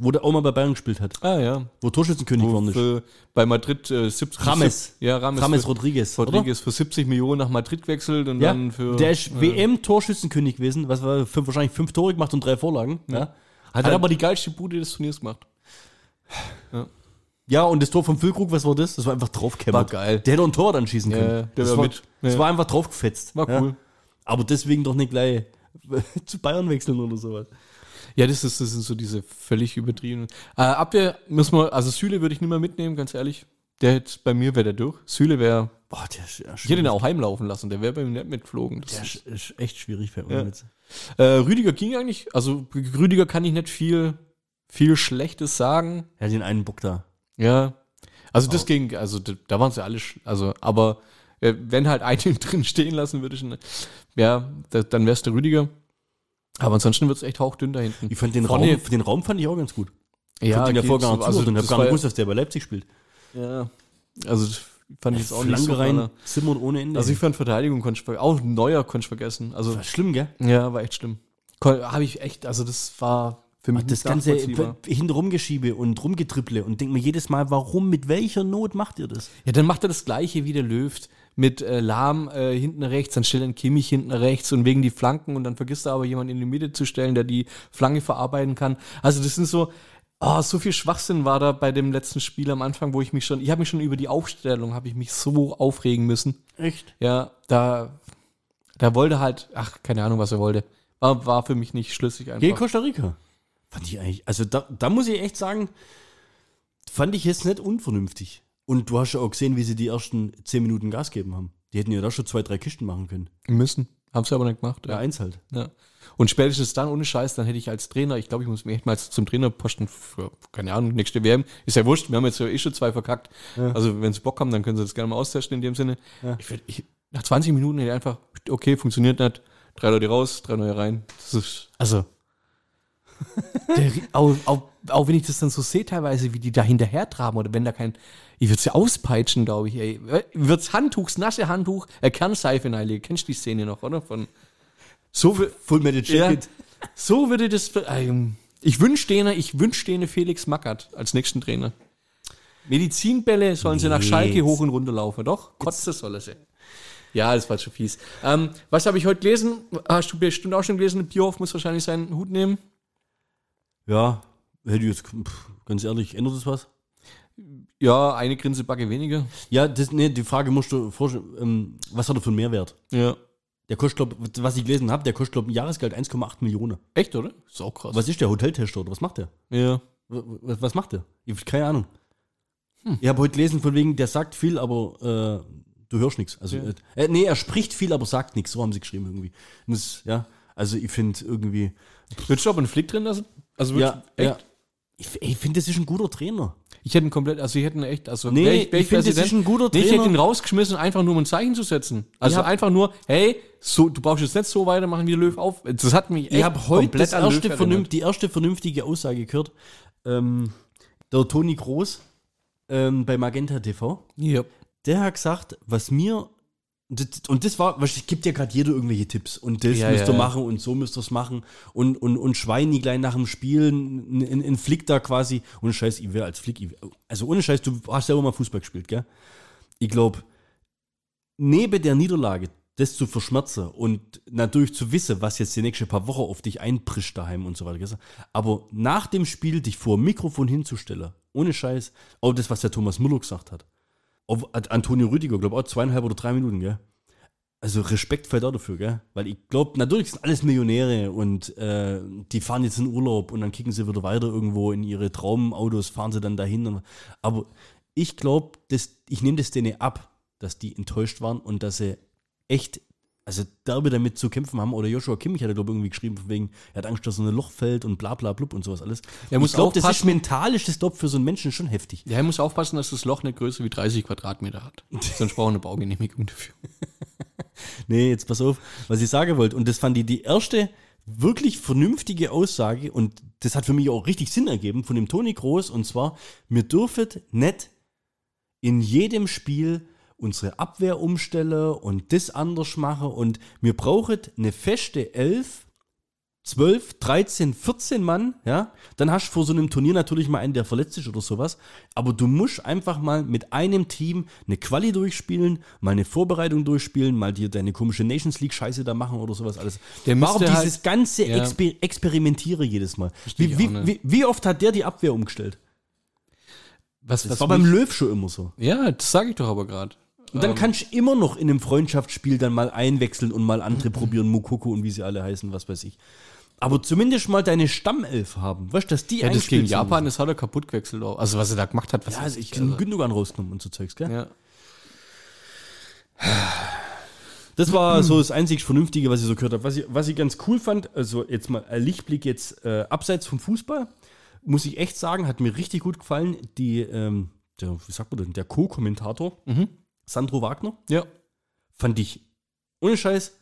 Speaker 1: Wo der auch mal bei Bayern gespielt hat.
Speaker 2: Ah, ja.
Speaker 1: Wo Torschützenkönig geworden ist.
Speaker 2: Für, bei Madrid äh, 70.
Speaker 1: Rames.
Speaker 2: Ja, Rames.
Speaker 1: Rames
Speaker 2: für-
Speaker 1: Rodriguez. oder?
Speaker 2: Rodriguez für 70 Millionen nach Madrid gewechselt und
Speaker 1: Ja,
Speaker 2: dann für.
Speaker 1: der ist WM-Torschützenkönig gewesen, was war fünf, wahrscheinlich fünf Tore gemacht und drei Vorlagen. Ja.
Speaker 2: Ja.
Speaker 1: Ja.
Speaker 2: Hat, aber die geilste Bude des Turniers gemacht.
Speaker 1: und das Tor vom Füllkrug, was war das? Das war einfach draufgekämmert.
Speaker 2: War geil.
Speaker 1: Der hätte auch ein Tor dann schießen
Speaker 2: Ja,
Speaker 1: können.
Speaker 2: ja, der
Speaker 1: das,
Speaker 2: wär
Speaker 1: war,
Speaker 2: mit.
Speaker 1: das
Speaker 2: Ja.
Speaker 1: war einfach draufgefetzt.
Speaker 2: War
Speaker 1: Ja.
Speaker 2: cool.
Speaker 1: Aber deswegen doch nicht gleich zu Bayern wechseln oder sowas.
Speaker 2: Ja, das, ist, das sind so diese völlig übertriebenen. Äh, Abwehr müssen wir, also Süle würde ich nicht mehr mitnehmen, ganz ehrlich. Der hätte, bei mir wäre der durch. Süle wäre,
Speaker 1: Boah, der ist, ja,
Speaker 2: ich hätte ihn
Speaker 1: schwierig.
Speaker 2: auch heimlaufen lassen, der wäre bei mir nicht mitgeflogen. Das
Speaker 1: Der
Speaker 2: ist,
Speaker 1: ist, ist echt schwierig bei uns.
Speaker 2: Ja. äh, Rüdiger ging eigentlich, also Rüdiger kann ich nicht viel, viel Schlechtes sagen.
Speaker 1: Er hat den einen Bock da.
Speaker 2: Ja. Also das ging, also da, da waren sie alle, sch- also, aber äh, wenn halt einen drin stehen lassen würde, ich, ihn- ja, da, dann wär's der Rüdiger. Aber ansonsten wird's echt hauchdünn da hinten.
Speaker 1: Ich fand den
Speaker 2: Vorne-
Speaker 1: Raum, den Raum fand ich auch ganz gut.
Speaker 2: ja,
Speaker 1: den
Speaker 2: geht
Speaker 1: davor gar
Speaker 2: so,
Speaker 1: nicht
Speaker 2: also,
Speaker 1: also, und hab
Speaker 2: das
Speaker 1: gar nicht
Speaker 2: war-
Speaker 1: gewusst, dass der bei Leipzig spielt.
Speaker 2: Ja. Also das fand ich jetzt auch nicht so
Speaker 1: Flanke rein,
Speaker 2: dolle.
Speaker 1: Zimmer und ohne Ende.
Speaker 2: Also ich fand Verteidigung konnte ich ver- auch neuer konnte ich vergessen. Also
Speaker 1: war schlimm, gell?
Speaker 2: ja, war echt schlimm. Habe ich echt, also das war für mich
Speaker 1: Das
Speaker 2: nicht
Speaker 1: ganze
Speaker 2: nachvollziehbar.
Speaker 1: hintenrum geschiebe und rumgetripple und denk mir jedes Mal, warum, mit welcher Not macht ihr das?
Speaker 2: Ja, dann macht er das gleiche wie der Löw mit äh, Lahm äh, hinten rechts, dann stellt er einen Kimmich hinten rechts und wegen die Flanken und dann vergisst er aber jemanden in die Mitte zu stellen, der die Flanke verarbeiten kann. Also das sind so, ah, so viel Schwachsinn war da bei dem letzten Spiel am Anfang, wo ich mich schon, ich habe mich schon über die Aufstellung, habe ich mich so aufregen müssen.
Speaker 1: Echt?
Speaker 2: Ja, da, da wollte halt, ach, keine Ahnung, was er wollte. War, war für mich nicht schlüssig
Speaker 1: Gegen
Speaker 2: einfach.
Speaker 1: Costa Rica. Fand ich eigentlich, also da, da muss ich echt sagen, fand ich jetzt nicht unvernünftig. Und du hast ja auch gesehen, wie sie die ersten 10 Minuten Gas geben haben. Die hätten ja da schon zwei, drei Kisten machen können.
Speaker 2: Müssen. Haben sie aber nicht gemacht.
Speaker 1: Ja, eins halt.
Speaker 2: Ja. Und spätestens dann, ohne Scheiß, dann hätte ich als Trainer, ich glaube, ich muss mich echt mal zum Trainer posten für, keine Ahnung, nächste WM. Ist ja wurscht, wir haben jetzt ja eh schon zwei verkackt. Also, wenn sie Bock haben, dann können sie das gerne mal austesten in dem Sinne. Ich würd, ich, nach 20 Minuten hätte ich einfach, okay, funktioniert nicht. Drei Leute raus, drei neue rein. Das ist, also. der, auch, auch, auch wenn ich das dann so sehe, teilweise, wie die da hinterher traben oder wenn da kein. Ich würde sie auspeitschen, glaube ich, ey. Wird's Handtuchs, nasse Handtuch, äh, Kernseife, Heilige. Kennst du die Szene noch, oder? Von. So, wi-
Speaker 1: Full Metal
Speaker 2: ja.
Speaker 1: Jacket.
Speaker 2: So würde das. Ähm, ich wünsche denen, ich wünsche denen Felix Mackert als nächsten Trainer. Medizinbälle sollen sie nach
Speaker 1: Nee,
Speaker 2: Schalke
Speaker 1: jetzt-
Speaker 2: hoch und runter laufen, doch? Kotze soll er sie. Ja, das war schon fies. Ähm, was habe ich heute gelesen? Hast du bestimmt auch schon gelesen? Bierhoff muss wahrscheinlich seinen Hut nehmen.
Speaker 1: Ja, hätte ich jetzt, pff, ganz ehrlich, ändert das was?
Speaker 2: Ja, eine Grinsebacke weniger.
Speaker 1: Ja, das, nee, die Frage musst du vorstellen, ähm, was hat er für einen Mehrwert?
Speaker 2: Ja.
Speaker 1: Der kostet, glaub, was ich gelesen habe, der kostet, glaube ein Jahresgeld 1,8 Millionen.
Speaker 2: Echt, oder? Ist auch krass.
Speaker 1: Was ist der Hoteltester oder was macht der?
Speaker 2: Ja.
Speaker 1: W- w- Was macht der? Ich hab keine Ahnung. Hm. Ich habe heute gelesen, von wegen, der sagt viel, aber äh, du hörst nichts. Also,
Speaker 2: Ja.
Speaker 1: äh, nee, er spricht viel, aber sagt nichts. So haben sie geschrieben irgendwie. Und Das, ja, also ich finde irgendwie.
Speaker 2: Würdest du aber einen Flick drin lassen? Also würdest
Speaker 1: Ja,
Speaker 2: du- echt?
Speaker 1: ja. Ich, f- ich finde, das ist ein guter Trainer.
Speaker 2: Ich hätte ihn komplett, also ich hätte ihn echt, also
Speaker 1: Nee,
Speaker 2: wär wär
Speaker 1: ich finde, das
Speaker 2: Präsident-
Speaker 1: ist ein guter
Speaker 2: Nee, ich hätte
Speaker 1: Trainer.
Speaker 2: ihn rausgeschmissen, einfach nur um ein Zeichen zu setzen. Also
Speaker 1: Ich hab-
Speaker 2: einfach nur, hey, so, du brauchst jetzt nicht so weitermachen wie der Löw auf. Das hat mich
Speaker 1: Ich habe heute das
Speaker 2: an Löw
Speaker 1: erste
Speaker 2: erinnert.
Speaker 1: vernünft, die erste vernünftige Aussage gehört. Ähm, der Toni Groß ähm, bei Magenta TV.
Speaker 2: Ja.
Speaker 1: der hat gesagt, was mir. Und das- und das war, weißt du, es gibt ja gerade jeder irgendwelche Tipps. Und das
Speaker 2: Ja,
Speaker 1: müsst ihr
Speaker 2: ja, ja.
Speaker 1: machen und so müsst ihr es machen. Und, und, und Schweini gleich nach dem Spiel, in, in, in Flick da quasi. Ohne Scheiß, ich wäre als Flick. Ich wär, also ohne Scheiß, du hast selber mal Fußball gespielt, gell? Ich glaube, neben der Niederlage, das zu verschmerzen und natürlich zu wissen, was jetzt die nächsten paar Wochen auf dich einprischt daheim und so weiter. gell? Aber nach dem Spiel dich vor dem Mikrofon hinzustellen, ohne Scheiß, auch das, was der Thomas Müller gesagt hat. Ob- Ad- Antonio Rüdiger, glaube auch zweieinhalb oder drei Minuten, gell? Also Respekt fällt auch dafür, gell? Weil ich glaube, natürlich sind alles Millionäre und äh, die fahren jetzt in Urlaub und dann kicken sie wieder weiter irgendwo in ihre Traumautos, fahren sie dann dahin. Und, aber ich glaube, ich nehme das denen ab, dass die enttäuscht waren und dass sie echt also derbe damit zu kämpfen haben. Oder Joshua Kimmich hat er, glaube ich, irgendwie geschrieben, von wegen, er hat Angst, dass so ein Loch fällt und bla bla blub und sowas alles.
Speaker 2: Er muss
Speaker 1: ich glaube, das ist
Speaker 2: aufpassen.
Speaker 1: mental, ist das, glaube ich, für so einen Menschen schon heftig.
Speaker 2: Ja, er muss aufpassen, dass das Loch eine Größe wie 30 Quadratmeter hat. Sonst braucht er eine Baugenehmigung dafür.
Speaker 1: Nee, jetzt pass auf, was ich sagen wollte. Und das fand ich die erste wirklich vernünftige Aussage und das hat für mich auch richtig Sinn ergeben von dem Toni Groß und zwar, wir dürfen nicht in jedem Spiel unsere Abwehr umstellen und das anders machen und wir brauchen eine feste Elf, 12, 13, 14 Mann, ja, dann hast du vor so einem Turnier natürlich mal einen, der verletzt ist oder sowas, aber du musst einfach mal mit einem Team eine Quali durchspielen, mal eine Vorbereitung durchspielen, mal dir deine komische Nations League Scheiße da machen oder sowas alles.
Speaker 2: Der müsste
Speaker 1: Warum
Speaker 2: halt-
Speaker 1: dieses ganze
Speaker 2: Ja.
Speaker 1: Exper Experimentiere jedes Mal?
Speaker 2: Verstehe
Speaker 1: Wie,
Speaker 2: ich
Speaker 1: wie,
Speaker 2: auch ne? nicht.
Speaker 1: wie, wie oft hat der die Abwehr umgestellt?
Speaker 2: Was,
Speaker 1: Das war beim Löw schon immer so.
Speaker 2: ja, das sage ich doch aber gerade.
Speaker 1: Und
Speaker 2: Ähm.
Speaker 1: dann kannst du immer noch in einem Freundschaftsspiel dann mal einwechseln und mal
Speaker 2: Mhm.
Speaker 1: andere probieren, Mukoko und wie sie alle heißen, was weiß ich. Aber zumindest mal deine Stammelf haben. Weißt du, dass die
Speaker 2: Ja, das gegen
Speaker 1: eingespielt sind.
Speaker 2: Japan, das hat er kaputt gewechselt. auch. Also, was er da gemacht hat, was
Speaker 1: Ja,
Speaker 2: weiß
Speaker 1: also ich kann
Speaker 2: also.
Speaker 1: Gündogan rausgenommen und so Zeugs, gell?
Speaker 2: ja.
Speaker 1: Das war so das einzig Vernünftige, was ich so gehört habe. Was ich, was ich ganz cool fand, also jetzt mal ein Lichtblick jetzt äh, abseits vom Fußball, muss ich echt sagen, hat mir richtig gut gefallen. Die, ähm, der, wie sagt man denn, der Co-Kommentator,
Speaker 2: Mhm.
Speaker 1: Sandro Wagner,
Speaker 2: ja.
Speaker 1: fand ich ohne Scheiß.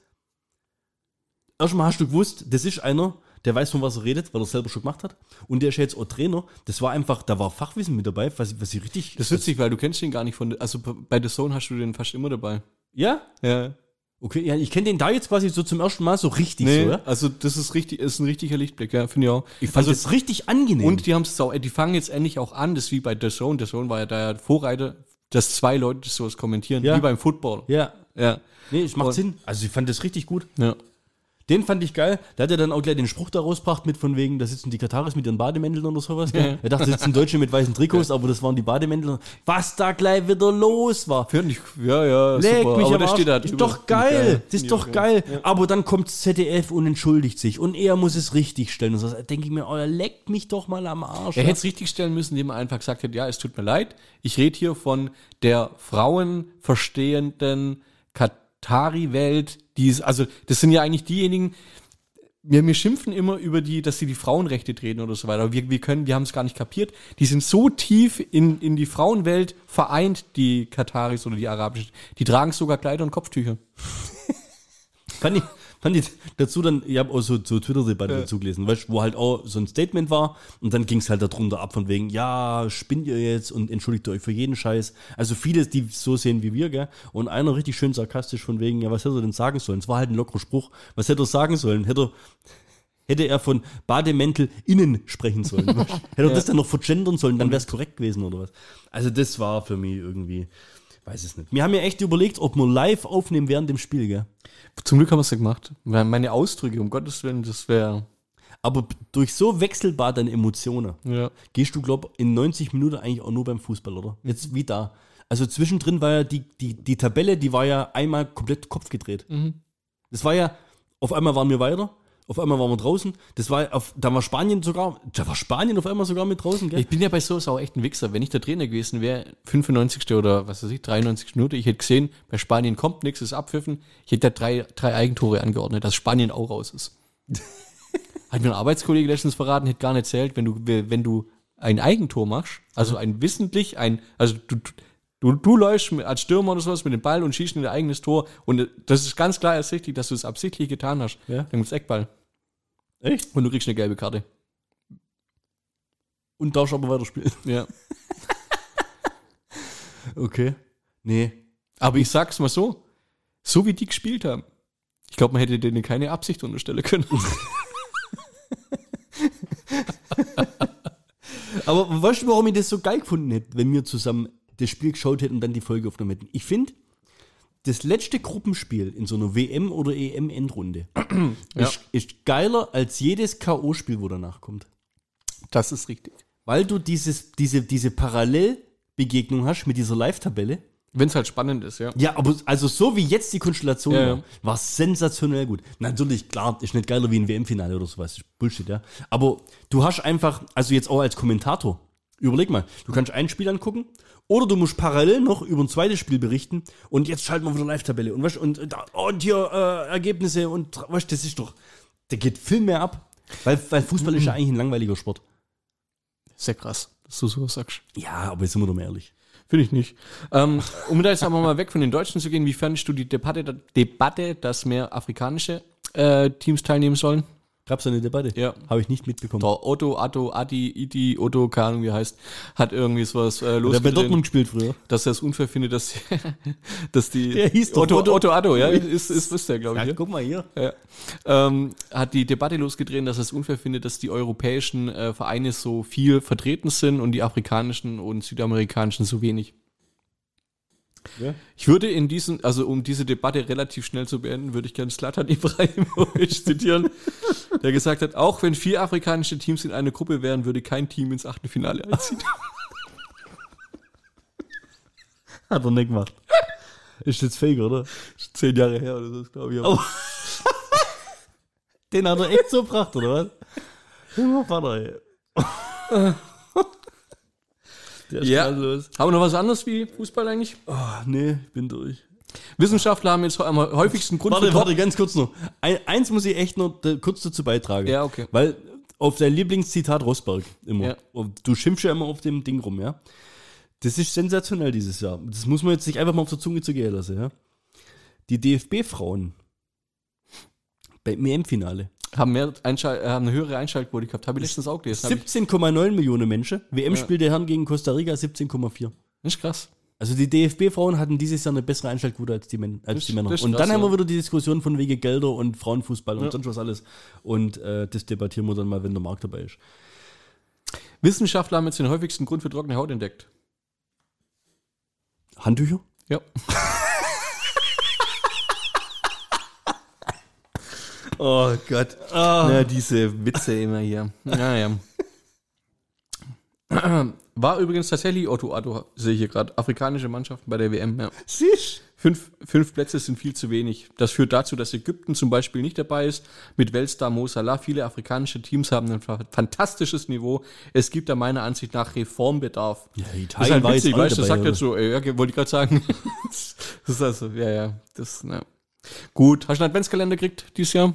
Speaker 1: Erstmal hast du gewusst, das ist einer, der weiß, von was er redet, weil er es selber schon gemacht hat. Und der ist ja jetzt auch Trainer. Das war einfach, da war Fachwissen mit dabei, was, was ich richtig.
Speaker 2: Das ist witzig, weil du kennst den gar nicht von. Also bei The Zone hast du den fast immer dabei.
Speaker 1: ja?
Speaker 2: Ja.
Speaker 1: Okay, ja, ich kenne den da jetzt quasi so zum ersten Mal so richtig
Speaker 2: Nee,
Speaker 1: so, ja?
Speaker 2: also das ist richtig, ist ein richtiger Lichtblick, ja, finde ich auch.
Speaker 1: Ich fand
Speaker 2: also,
Speaker 1: das richtig angenehm.
Speaker 2: und die haben es auch, die fangen jetzt endlich auch an, das ist wie bei The Zone. The Zone war ja da Vorreiter, dass zwei Leute das sowas kommentieren,
Speaker 1: Ja.
Speaker 2: wie beim Football.
Speaker 1: ja,
Speaker 2: Ja.
Speaker 1: nee, es macht
Speaker 2: Und-
Speaker 1: Sinn. Also ich fand das richtig gut.
Speaker 2: ja.
Speaker 1: Den fand ich geil. Da hat er dann auch gleich den Spruch daraus gebracht mit von wegen, da sitzen die Kataris mit ihren Bademänteln oder sowas. gell? Er dachte, da sitzen Deutsche mit weißen Trikots, aber das waren die Bademäntel. Was da gleich wieder los war.
Speaker 2: Finde ich, ja, ja,
Speaker 1: Leck
Speaker 2: super.
Speaker 1: mich
Speaker 2: aber
Speaker 1: am
Speaker 2: da
Speaker 1: Arsch.
Speaker 2: steht da
Speaker 1: Ist
Speaker 2: drüber.
Speaker 1: doch geil. Das ist doch geil. Aber dann kommt ZDF und entschuldigt sich. Und er muss es richtig stellen. Und so da denke ich mir, oh, leckt mich doch mal am Arsch.
Speaker 2: Er hätte es richtig stellen müssen, indem er einfach gesagt hätte, ja, es tut mir leid, ich rede hier von der frauenverstehenden Katari-Welt, die ist, also das sind ja eigentlich diejenigen, wir, wir schimpfen immer über die, dass sie die Frauenrechte treten oder so weiter. Aber Wir, wir können, wir haben es gar nicht kapiert. Die sind so tief in, in die Frauenwelt vereint, die Kataris oder die Arabischen. Die tragen sogar Kleider und Kopftücher.
Speaker 1: Fand ich, fand ich dazu dann, ich habe auch so zur Twitter-Debatte dazu gelesen, weißt, du, wo halt auch so ein Statement war und dann ging es halt darunter ab von wegen, ja, spinnt ihr jetzt und entschuldigt euch für jeden Scheiß. Also viele, die so sehen wie wir, gell? Und einer richtig schön sarkastisch von wegen, ja, was hätte er denn sagen sollen? Es war halt ein lockerer Spruch. Was hätte er sagen sollen? Hätte er, hätte er von Bademäntel innen sprechen sollen. weißt du? hätte er das dann noch vergendern sollen, dann wäre es korrekt gewesen oder was. Also das war für mich irgendwie, weiß es nicht. Wir haben ja echt überlegt, ob wir live aufnehmen während dem Spiel, gell?
Speaker 2: Zum Glück haben wir es ja gemacht. Weil Meine Ausdrücke, um Gottes Willen, das wäre,
Speaker 1: Aber b- durch so wechselbar deine Emotionen
Speaker 2: ja.
Speaker 1: gehst du, glaube in 90 Minuten eigentlich auch nur beim Fußball, oder? Jetzt wie da. Also zwischendrin war ja die, die, die Tabelle, die war ja einmal komplett Kopf gedreht. Das war ja, auf einmal waren wir weiter, auf einmal waren wir draußen. Das war ja auf, da war Spanien sogar, da war Spanien auf einmal sogar mit draußen, gell?
Speaker 2: Ich bin ja bei sowas auch echt ein Wichser. Wenn ich der Trainer gewesen wäre, 95. oder was weiß ich, 93. Minute, ich hätte gesehen, bei Spanien kommt nichts, ist abpfiffen. Ich hätte da drei, drei Eigentore angeordnet, dass Spanien auch raus ist. Hat mir ein Arbeitskollege letztens verraten, hätte gar nicht zählt, wenn du, wenn du ein Eigentor machst, also ein wissentlich, ein, also du, du, du läufst mit- als Stürmer oder sowas mit dem Ball und schießt in dein eigenes Tor und das ist ganz klar ersichtlich, dass du es absichtlich getan hast.
Speaker 1: Ja.
Speaker 2: Dann gibt's Eckball
Speaker 1: Echt?
Speaker 2: und du kriegst eine gelbe Karte.
Speaker 1: Und darfst aber weiterspielen.
Speaker 2: Ja.
Speaker 1: Okay. Nee.
Speaker 2: Aber ich sag's mal so, so wie die gespielt haben, ich glaube, man hätte denen keine Absicht unterstellen können.
Speaker 1: Aber weißt du, warum ich das so geil gefunden hätte, wenn wir zusammen das Spiel geschaut hätten und dann die Folge aufgenommen hätten? Ich finde, das letzte Gruppenspiel in so einer WM- oder EM-Endrunde ist, ist geiler als jedes K.O.-Spiel, wo danach kommt.
Speaker 2: Das ist richtig.
Speaker 1: Weil du dieses, diese, diese Parallelbegegnung hast mit dieser Live-Tabelle.
Speaker 2: Wenn es halt spannend ist, ja.
Speaker 1: Ja, aber also so wie jetzt die Konstellation
Speaker 2: Ja,
Speaker 1: war,
Speaker 2: ja.
Speaker 1: war sensationell gut. Natürlich, klar, ist nicht geiler wie ein WM-Finale oder sowas. ist Bullshit, ja. Aber du hast einfach, also jetzt auch als Kommentator, überleg mal, du kannst ein Spiel angucken Oder du musst parallel noch über ein zweites Spiel berichten und jetzt schalten wir wieder Live-Tabelle und, weißt, und, da- und hier äh, Ergebnisse und weißt, das ist doch, da geht viel mehr ab. Weil, weil Fußball ist ja
Speaker 2: Mhm.
Speaker 1: eigentlich ein langweiliger Sport.
Speaker 2: Sehr krass, dass du sowas sagst.
Speaker 1: Ja, aber jetzt sind wir doch mal ehrlich.
Speaker 2: Finde ich nicht. Ähm, um da jetzt aber mal weg von den Deutschen zu gehen, wie fandest du die Debatte, Debatte dass mehr afrikanische äh, Teams teilnehmen sollen?
Speaker 1: Gab es eine Debatte?
Speaker 2: Ja.
Speaker 1: Habe ich nicht mitbekommen.
Speaker 2: Der Otto, Atto, Adi, Idi, Otto, keine Ahnung wie er heißt, hat irgendwie sowas äh,
Speaker 1: Der hat bei Dortmund
Speaker 2: losgetreten,
Speaker 1: gespielt früher.
Speaker 2: dass er es unfair findet, dass, dass die...
Speaker 1: Der hieß doch
Speaker 2: Otto,
Speaker 1: Otto.
Speaker 2: Otto, Atto, ja, ist, ist, ist der, glaube ich. ja.
Speaker 1: guck mal hier.
Speaker 2: Ja. Ähm, hat die Debatte losgedreht, dass er es unfair findet, dass die europäischen äh, Vereine so viel vertreten sind und die afrikanischen und südamerikanischen so wenig.
Speaker 1: Ja.
Speaker 2: Ich würde in diesen, also um diese Debatte relativ schnell zu beenden, würde ich gerne Slatan Ibrahimovic zitieren, der gesagt hat, auch wenn vier afrikanische Teams in einer Gruppe wären, würde kein Team ins Achtelfinale einziehen.
Speaker 1: Hat er nicht gemacht. Ist jetzt fake, oder?
Speaker 2: Zehn Jahre her oder so, glaube ich.
Speaker 1: Oh. Den hat er echt so gebracht, oder was? Immer Vater, ey. Der ist
Speaker 2: Ja.
Speaker 1: krass los.
Speaker 2: Haben wir noch was anderes wie Fußball eigentlich?
Speaker 1: Oh, nee, ich bin durch.
Speaker 2: Wissenschaftler haben jetzt am häufigsten Grund
Speaker 1: Warte,
Speaker 2: für Top-
Speaker 1: warte, ganz kurz noch. Ein, eins muss ich echt noch da, kurz dazu beitragen.
Speaker 2: Ja, okay.
Speaker 1: Weil auf dein Lieblingszitat Rosberg immer.
Speaker 2: Ja.
Speaker 1: Und du schimpfst ja immer auf dem Ding rum, ja. Das ist sensationell dieses Jahr. Das muss man jetzt sich einfach mal auf der Zunge zergehen lassen, ja. Die DFB-Frauen beim EM-Finale.
Speaker 2: haben, mehr Einschal äh, haben eine höhere Einschaltquote gehabt. Habe ich letztens auch gelesen. Hab ich,
Speaker 1: 17,9 Millionen Menschen. WM-Spiel der Herren gegen Costa Rica 17,4.
Speaker 2: das ist krass.
Speaker 1: Also die DFB-Frauen hatten dieses Jahr eine bessere Einschaltquote als die, Men als
Speaker 2: Das-
Speaker 1: die Männer.
Speaker 2: das ist
Speaker 1: und dann
Speaker 2: krass,
Speaker 1: haben wir
Speaker 2: ja.
Speaker 1: wieder die Diskussion von wegen Gelder und Frauenfußball und sonst was alles. Und äh, das debattieren wir dann mal, wenn der Markt dabei ist.
Speaker 2: Wissenschaftler haben jetzt den häufigsten Grund für trockene Haut entdeckt.
Speaker 1: Handtücher?
Speaker 2: Ja.
Speaker 4: Oh Gott.
Speaker 1: Ah.
Speaker 4: Na, diese Witze immer hier.
Speaker 2: Naja. War übrigens tatsächlich Otto Addo, sehe ich hier gerade. Afrikanische Mannschaften bei der WM. Ja.
Speaker 1: Siehst
Speaker 2: Fünf, fünf Plätze sind viel zu wenig. Das führt dazu, dass Ägypten zum Beispiel nicht dabei ist. Mit Weltstar Mo Salah. Viele afrikanische Teams haben ein fa- fantastisches Niveau. Es gibt da meiner Ansicht nach Reformbedarf.
Speaker 1: Ja,
Speaker 2: Das ist
Speaker 1: Italien
Speaker 2: halt
Speaker 1: war jetzt
Speaker 2: witzig,
Speaker 1: auch
Speaker 2: weißt du,
Speaker 1: dabei,
Speaker 2: das sagt
Speaker 1: oder?
Speaker 2: jetzt so, ey, okay, wollte ich gerade sagen. das ist also, ja, ja, das, ne. Gut, hast du einen Adventskalender gekriegt dieses Jahr?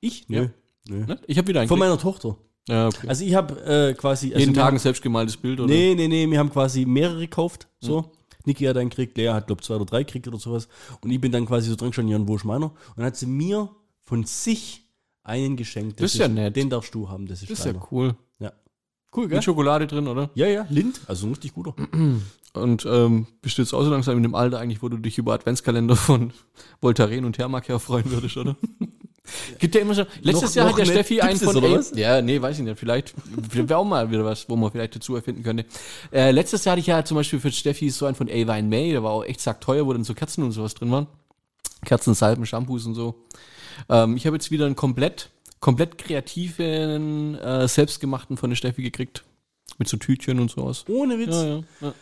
Speaker 1: Ich?
Speaker 2: Ja.
Speaker 1: Nö. Nö.
Speaker 2: Ne? Ich habe wieder einen.
Speaker 1: Von meiner
Speaker 2: gekriegt.
Speaker 1: Tochter.
Speaker 2: ja, okay.
Speaker 1: Also ich habe äh, quasi... Also
Speaker 2: Jeden
Speaker 1: wir
Speaker 2: Tag ein selbstgemaltes Bild, oder? Hm.
Speaker 1: Nee, nee, nee, wir haben quasi mehrere gekauft. So. Niki hat einen gekriegt, Lea hat, glaube zwei oder drei gekriegt oder sowas. Und ich bin dann quasi so dran gestanden, Jan, wo ist meiner? Und dann hat sie mir von sich einen geschenkt.
Speaker 2: Das ist ja nett.
Speaker 1: Den darfst du haben, das ist,
Speaker 2: Das ist ja
Speaker 1: deiner.
Speaker 2: cool.
Speaker 1: Ja. Cool,
Speaker 2: Mit Schokolade drin, oder?
Speaker 1: Ja, ja, Lind. Also ein richtig guter.
Speaker 2: Und ähm, bist du jetzt auch so langsam in dem Alter eigentlich, wo du dich über Adventskalender von Voltaren und Hermark her freuen würdest, oder? Gibt ja immer schon. Letztes
Speaker 1: Noch-
Speaker 2: Jahr
Speaker 1: noch
Speaker 2: hat der
Speaker 1: nicht.
Speaker 2: Steffi einen
Speaker 1: Gibt's das,
Speaker 2: von.
Speaker 1: oder
Speaker 2: Ey,
Speaker 1: was?
Speaker 2: Ja, nee, weiß ich nicht. Vielleicht wäre auch mal wieder was, wo man vielleicht dazu erfinden könnte. Äh, letztes Jahr hatte ich ja zum Beispiel für Steffi so einen von Avine May, der war auch echt sackteuer, wo dann so Kerzen und sowas drin waren. Kerzen, Salben, Shampoos und so. Ähm, ich habe jetzt wieder einen komplett, komplett kreativen, äh, selbstgemachten von der Steffi gekriegt. Mit so Tütchen und sowas.
Speaker 1: Ohne Witz.
Speaker 2: ja, ja.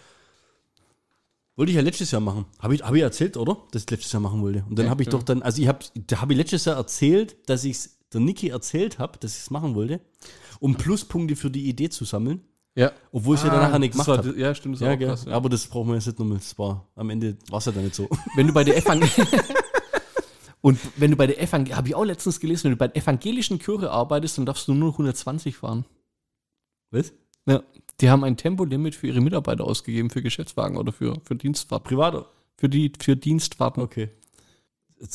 Speaker 1: Wollte ich ja letztes Jahr machen. Habe ich, hab ich erzählt, oder? Dass ich letztes Jahr machen wollte. Und dann habe ich doch dann, also ich habe da hab ich letztes Jahr erzählt, dass ich es der Niki erzählt habe, dass ich es machen wollte, um Pluspunkte für die Idee zu sammeln,
Speaker 2: ja.
Speaker 1: obwohl ich ja danach nicht gemacht habe.
Speaker 2: Ja, stimmt, Ah, das
Speaker 1: Ja,
Speaker 2: auch
Speaker 1: gell.
Speaker 2: krass. Ja.
Speaker 1: Aber das brauchen wir jetzt nicht nochmal. Das war am Ende war es ja dann nicht so.
Speaker 2: Wenn du bei der Evang Und wenn du bei der Evang habe ich auch letztens gelesen, wenn du bei der evangelischen Kirche arbeitest, dann darfst du nur noch 120 fahren.
Speaker 1: Was?
Speaker 2: Ja. Die haben ein Tempolimit für ihre Mitarbeiter ausgegeben, für Geschäftswagen oder für, für Dienstfahrten.
Speaker 1: Privat?
Speaker 2: Für die für Dienstfahrten.
Speaker 1: Okay.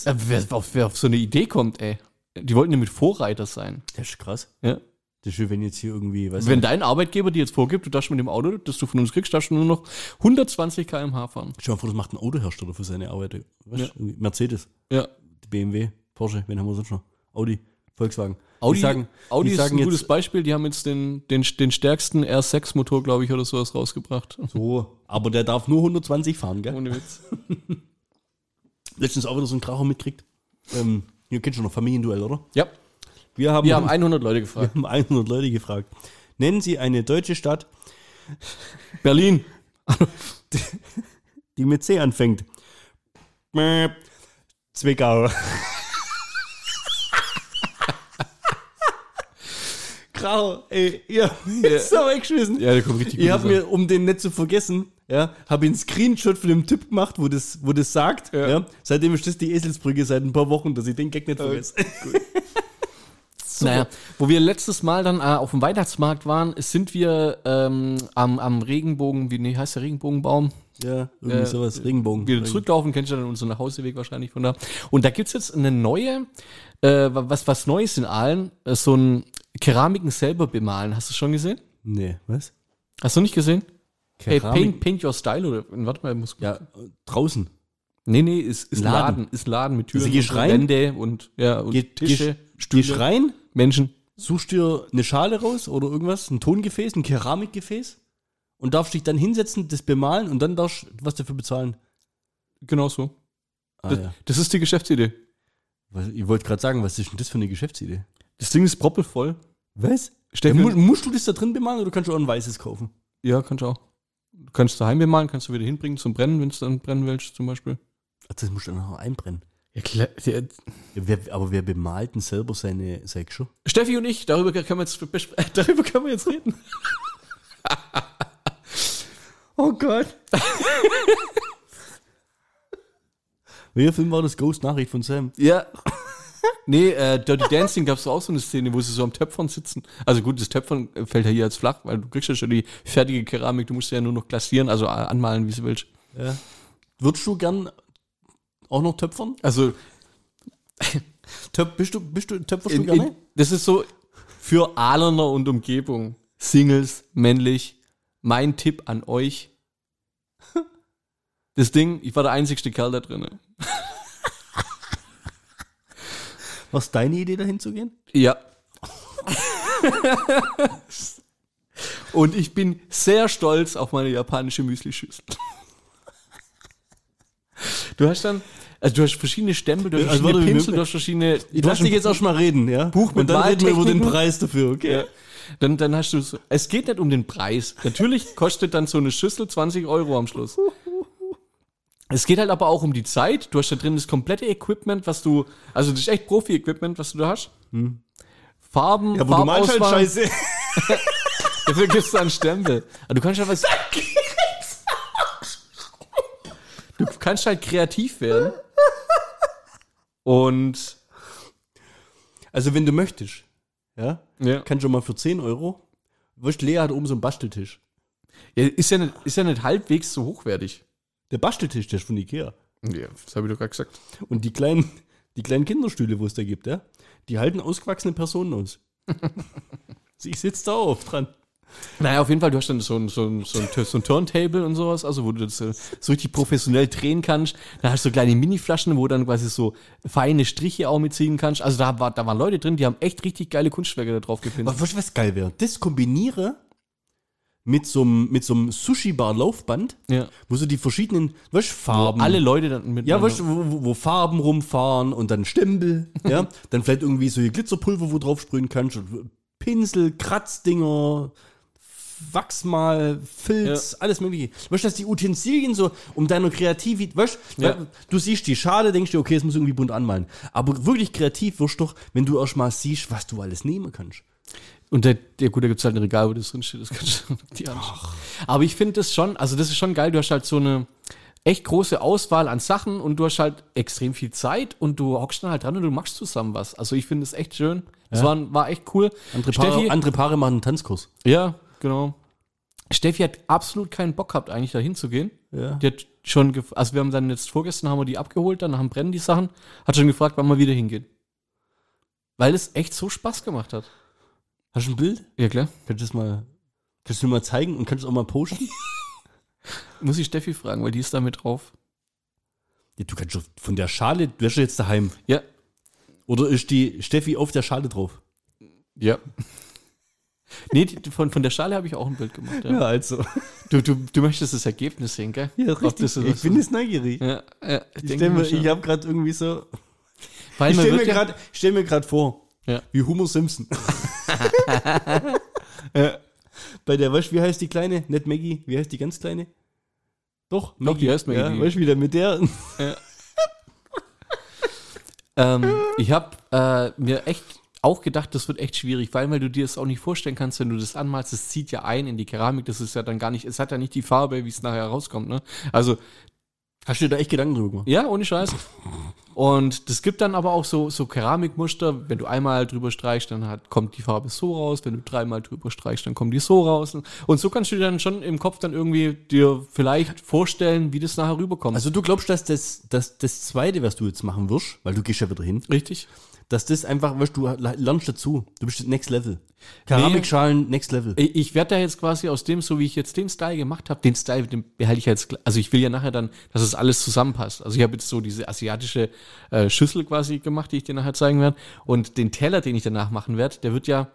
Speaker 2: Ja, wer, auf, wer auf so eine Idee kommt, ey. Die wollten nämlich Vorreiter sein.
Speaker 1: Das ist krass.
Speaker 2: Ja.
Speaker 1: Das ist schön, wenn jetzt hier irgendwie, weißt
Speaker 2: Wenn
Speaker 1: du,
Speaker 2: dein Arbeitgeber dir jetzt vorgibt, du darfst mit dem Auto, das du von uns kriegst, darfst du nur noch 120 km/h fahren.
Speaker 1: schau mal vor, das macht ein Autohersteller für seine Arbeit.
Speaker 2: Ja.
Speaker 1: Weißt, du, irgendwie Mercedes,
Speaker 2: Ja.
Speaker 1: BMW, Porsche, wen haben wir sonst noch? Audi, Volkswagen.
Speaker 2: Audi,
Speaker 1: die sagen,
Speaker 2: Audi
Speaker 1: die
Speaker 2: ist
Speaker 1: sagen
Speaker 2: ein gutes
Speaker 1: jetzt,
Speaker 2: Beispiel. Die haben jetzt den, den, den stärksten R6-Motor, glaube ich, oder sowas rausgebracht.
Speaker 1: So, aber der darf nur 120 fahren, gell?
Speaker 2: Ohne Witz.
Speaker 1: Letztens auch wieder so einen Kracher mitkriegt. Ähm, ihr kennt schon noch Familienduell, oder?
Speaker 2: Ja,
Speaker 1: Wir haben,
Speaker 2: wir haben 100 Leute gefragt.
Speaker 1: haben 100 Leute gefragt. Nennen Sie eine deutsche Stadt,
Speaker 2: Berlin.
Speaker 1: die mit C anfängt. Mäh, Zwickau. Grau, ey, ihr habt mich so weggeschmissen.
Speaker 2: Ja, der kommt richtig
Speaker 1: ihr habt
Speaker 2: mir
Speaker 1: mir, um den nicht zu vergessen, ja, habe einen Screenshot von dem Typ gemacht, wo das, wo das sagt. Ja.
Speaker 2: Ja.
Speaker 1: seitdem ist das die Eselsbrücke seit ein paar Wochen, dass ich den Gag nicht vergesse.
Speaker 2: Naja, wo wir letztes Mal dann äh, auf dem Weihnachtsmarkt waren, sind wir ähm, am, am Regenbogen, wie nee, heißt der Regenbogenbaum?
Speaker 1: Ja, irgendwie
Speaker 2: Äh,
Speaker 1: sowas. Regenbogen.
Speaker 2: wieder zurücklaufen, kennst du dann unseren Nachhauseweg wahrscheinlich von da. Und da gibt's jetzt eine neue, äh, was, was Neues in Aalen, äh, so ein Keramiken selber bemalen. Hast du schon gesehen?
Speaker 1: Nee, was?
Speaker 2: Hast du nicht gesehen? Hey,
Speaker 1: Keramik-
Speaker 2: paint, paint Your Style oder, warte mal, ich muss,
Speaker 1: Ja, draußen.
Speaker 2: nee, nee, ist, ist ein
Speaker 1: Laden.
Speaker 2: Laden. ist ein Laden mit Türen
Speaker 1: Also gehst
Speaker 2: und
Speaker 1: rein?
Speaker 2: Wände und, ja, und
Speaker 1: Ge
Speaker 2: Tische,
Speaker 1: Tische, gehst rein,
Speaker 2: Menschen.
Speaker 1: suchst dir eine Schale raus oder irgendwas, ein Tongefäß, ein Keramikgefäß und darfst dich dann hinsetzen, das bemalen und dann darfst du was dafür bezahlen.
Speaker 2: Genau so.
Speaker 1: Ah,
Speaker 2: Das,
Speaker 1: ja.
Speaker 2: das ist die Geschäftsidee.
Speaker 1: Was- Ich wollte gerade sagen, was ist denn das für eine Geschäftsidee?
Speaker 2: Das Ding ist proppelvoll.
Speaker 1: Was? Ja,
Speaker 2: Steffen-
Speaker 1: mu musst du das da drin bemalen oder kannst du auch ein weißes kaufen?
Speaker 2: Ja, kannst du auch. Du kannst daheim bemalen, kannst du wieder hinbringen zum Brennen, wenn du dann brennen willst, zum Beispiel.
Speaker 1: Ach, Ah, das musst du dann noch einbrennen.
Speaker 2: Ja, klar.
Speaker 1: Ja, wer, aber wer bemalt denn selber seine, sein Geschirr?
Speaker 2: Steffi und ich, darüber können wir jetzt, besp- äh, darüber können wir jetzt reden.
Speaker 1: Oh Gott. Welcher Film war das? Ghost Nachricht von Sam?
Speaker 2: Ja. Nee, äh, Dirty Dancing gab es auch so eine Szene, wo sie so am Töpfern sitzen. Also gut, das Töpfern äh, fällt ja hier als flach, weil du kriegst ja schon die fertige Keramik, du musst sie ja nur noch glasieren, also äh, anmalen, wie sie willst.
Speaker 1: Würdest du gern auch noch töpfern?
Speaker 2: Also
Speaker 1: Töp bist du, bist du, töpferst
Speaker 2: in, in, das ist so für Ahlener und Umgebung. Singles, männlich, mein Tipp an euch. Das Ding, ich war der einzigste Kerl da drin.
Speaker 1: Was deine Idee, dahin zu gehen?
Speaker 2: Ja. Und ich bin sehr stolz auf meine japanische Müslischüssel. Du hast dann, also du hast verschiedene Stempel, du hast
Speaker 1: Also
Speaker 2: verschiedene
Speaker 1: warte, wir-
Speaker 2: Pinsel, du hast verschiedene.
Speaker 1: Ich
Speaker 2: du
Speaker 1: lass
Speaker 2: hast
Speaker 1: dich
Speaker 2: ein-
Speaker 1: jetzt auch schon mal reden, ja?
Speaker 2: Buch
Speaker 1: Und
Speaker 2: mit
Speaker 1: dann reden wir über den
Speaker 2: Wahltechniken.
Speaker 1: Preis dafür, okay?
Speaker 2: Ja. Dann, dann hast du so, es geht nicht um den Preis. Natürlich kostet dann so eine Schüssel 20 Euro am Schluss. Es geht halt aber auch um die Zeit. Du hast da drin das komplette Equipment, was du, also das ist echt Profi-Equipment, was du da hast. Farben,
Speaker 1: aber du malst halt
Speaker 2: Farbauswahl.
Speaker 1: scheiße.
Speaker 2: Dafür gibst du einen Stempel. Aber du kannst halt was. Du kannst halt kreativ werden. Und
Speaker 1: Also wenn du möchtest, ja,
Speaker 2: ja.
Speaker 1: kannst du mal für 10 Euro. Wurscht, Lea hat oben so einen Basteltisch.
Speaker 2: Ja, ist, ja nicht, ist ja nicht halbwegs so hochwertig.
Speaker 1: Der Basteltisch, der ist von Ikea.
Speaker 2: Ja, das habe ich doch gerade gesagt.
Speaker 1: Und die kleinen, die kleinen Kinderstühle, wo es da gibt, ja, die halten ausgewachsene Personen aus. ich sitze da auf dran.
Speaker 2: Naja, auf jeden Fall, du hast dann so ein, so ein, so ein, Tur- so ein Turntable und sowas, also wo du das äh, so richtig professionell drehen kannst. Dann hast du kleine Mini-Flaschen, wo dann quasi so feine Striche auch mitziehen kannst. Also da, war, da waren Leute drin, die haben echt richtig geile Kunstwerke da drauf
Speaker 1: Was,
Speaker 2: gepinselt.
Speaker 1: was, was geil wäre, das kombiniere mit so einem mit so einem Sushi-Bar-Laufband,
Speaker 2: Ja.
Speaker 1: wo so die verschiedenen weißt, du, Farben.
Speaker 2: Alle Leute dann mit.
Speaker 1: ja, weißt, du, wo, wo- wo Farben rumfahren und dann Stempel, ja, dann vielleicht irgendwie so hier Glitzerpulver, wo drauf sprühen kannst, und Pinsel, Kratzdinger, Wachsmal, Filz, alles mögliche. Weißt du, dass die Utensilien so um deine Kreativität, weißt du,
Speaker 2: Ja.
Speaker 1: weil du siehst die Schale, denkst dir, okay, es muss irgendwie bunt anmalen. Aber wirklich kreativ wirst du doch, wenn du erstmal siehst, was du alles nehmen kannst.
Speaker 2: Und der, der gut, da gibt's halt ein Regal, wo das drinsteht, das kannst du die anschauen. Aber ich finde das schon, also das ist schon geil, du hast halt so eine echt große Auswahl an Sachen und du hast halt extrem viel Zeit und du hockst dann halt dran und du machst zusammen was. Also ich finde das echt schön. Das war, war echt cool.
Speaker 1: Andere Paare, andere Paare machen einen Tanzkurs.
Speaker 2: ja, genau. Steffi hat absolut keinen Bock gehabt, eigentlich dahin zu gehen.
Speaker 1: Ja.
Speaker 2: Die hat schon, gef- also wir haben dann jetzt vorgestern haben wir die abgeholt, dann haben brennen die Sachen, hat schon gefragt, wann wir wieder hingehen. Weil es echt so Spaß gemacht hat.
Speaker 1: Hast du ein Bild?
Speaker 2: Ja, klar.
Speaker 1: Kannst du das mal, kannst du mir mal zeigen und kannst du auch mal posten?
Speaker 2: Muss ich Steffi fragen, weil die ist da mit drauf.
Speaker 1: ja, du kannst doch von der Schale, du wärst ja jetzt daheim.
Speaker 2: Ja.
Speaker 1: Oder ist die Steffi auf der Schale drauf?
Speaker 2: Ja. Nee, die, von, von der Schale habe ich auch ein Bild gemacht. Ja.
Speaker 1: also.
Speaker 2: Du, du, du möchtest das Ergebnis sehen, gell?
Speaker 1: Ja,
Speaker 2: Ob
Speaker 1: richtig.
Speaker 2: Das,
Speaker 1: ich bin jetzt neugierig.
Speaker 2: ja, ja, ich
Speaker 1: Ich
Speaker 2: denke
Speaker 1: stell
Speaker 2: mir,
Speaker 1: mir,
Speaker 2: schon.
Speaker 1: ich habe gerade irgendwie so.
Speaker 2: Weil
Speaker 1: Ich
Speaker 2: man
Speaker 1: stell
Speaker 2: wird
Speaker 1: mir
Speaker 2: ja-
Speaker 1: gerade, stell mir gerade vor,
Speaker 2: Ja.
Speaker 1: wie Homer Simpson. Ja. Bei der, weißt du, wie heißt die kleine? Nicht Maggie, wie heißt die ganz kleine? Doch, Maggie.
Speaker 2: die heißt Maggie,
Speaker 1: Ja,
Speaker 2: die-
Speaker 1: weißt du, wie der mit der?
Speaker 2: Ähm, ich habe äh, mir echt auch gedacht, das wird echt schwierig, vor allem, weil du dir das auch nicht vorstellen kannst, wenn du das anmalst, das zieht ja ein in die Keramik, das ist ja dann gar nicht, es hat ja nicht die Farbe, wie es nachher rauskommt, ne? Also,
Speaker 1: Hast du dir da echt Gedanken drüber gemacht?
Speaker 2: ja, ohne Scheiß. Und das gibt dann aber auch so, so Keramikmuster, wenn du einmal drüber streichst, dann hat, kommt die Farbe so raus, wenn du dreimal drüber streichst, dann kommt die so raus. Und so kannst du dir dann schon im Kopf dann irgendwie dir vielleicht vorstellen, wie das nachher rüberkommt.
Speaker 1: Also du glaubst, dass das, dass das Zweite, was du jetzt machen wirst, weil du gehst ja wieder hin,
Speaker 2: richtig?
Speaker 1: dass das einfach, weißt du, du lernst dazu. Du bist Next Level. Keramikschalen, Next Level.
Speaker 2: Ich ich werde da jetzt quasi aus dem, so wie ich jetzt den Style gemacht habe, den Style den behalte ich jetzt. gl- Also ich will ja nachher dann, dass es alles zusammenpasst. Also ich habe jetzt so diese asiatische äh, Schüssel quasi gemacht, die ich dir nachher zeigen werde. Und den Teller, den ich danach machen werde, der wird ja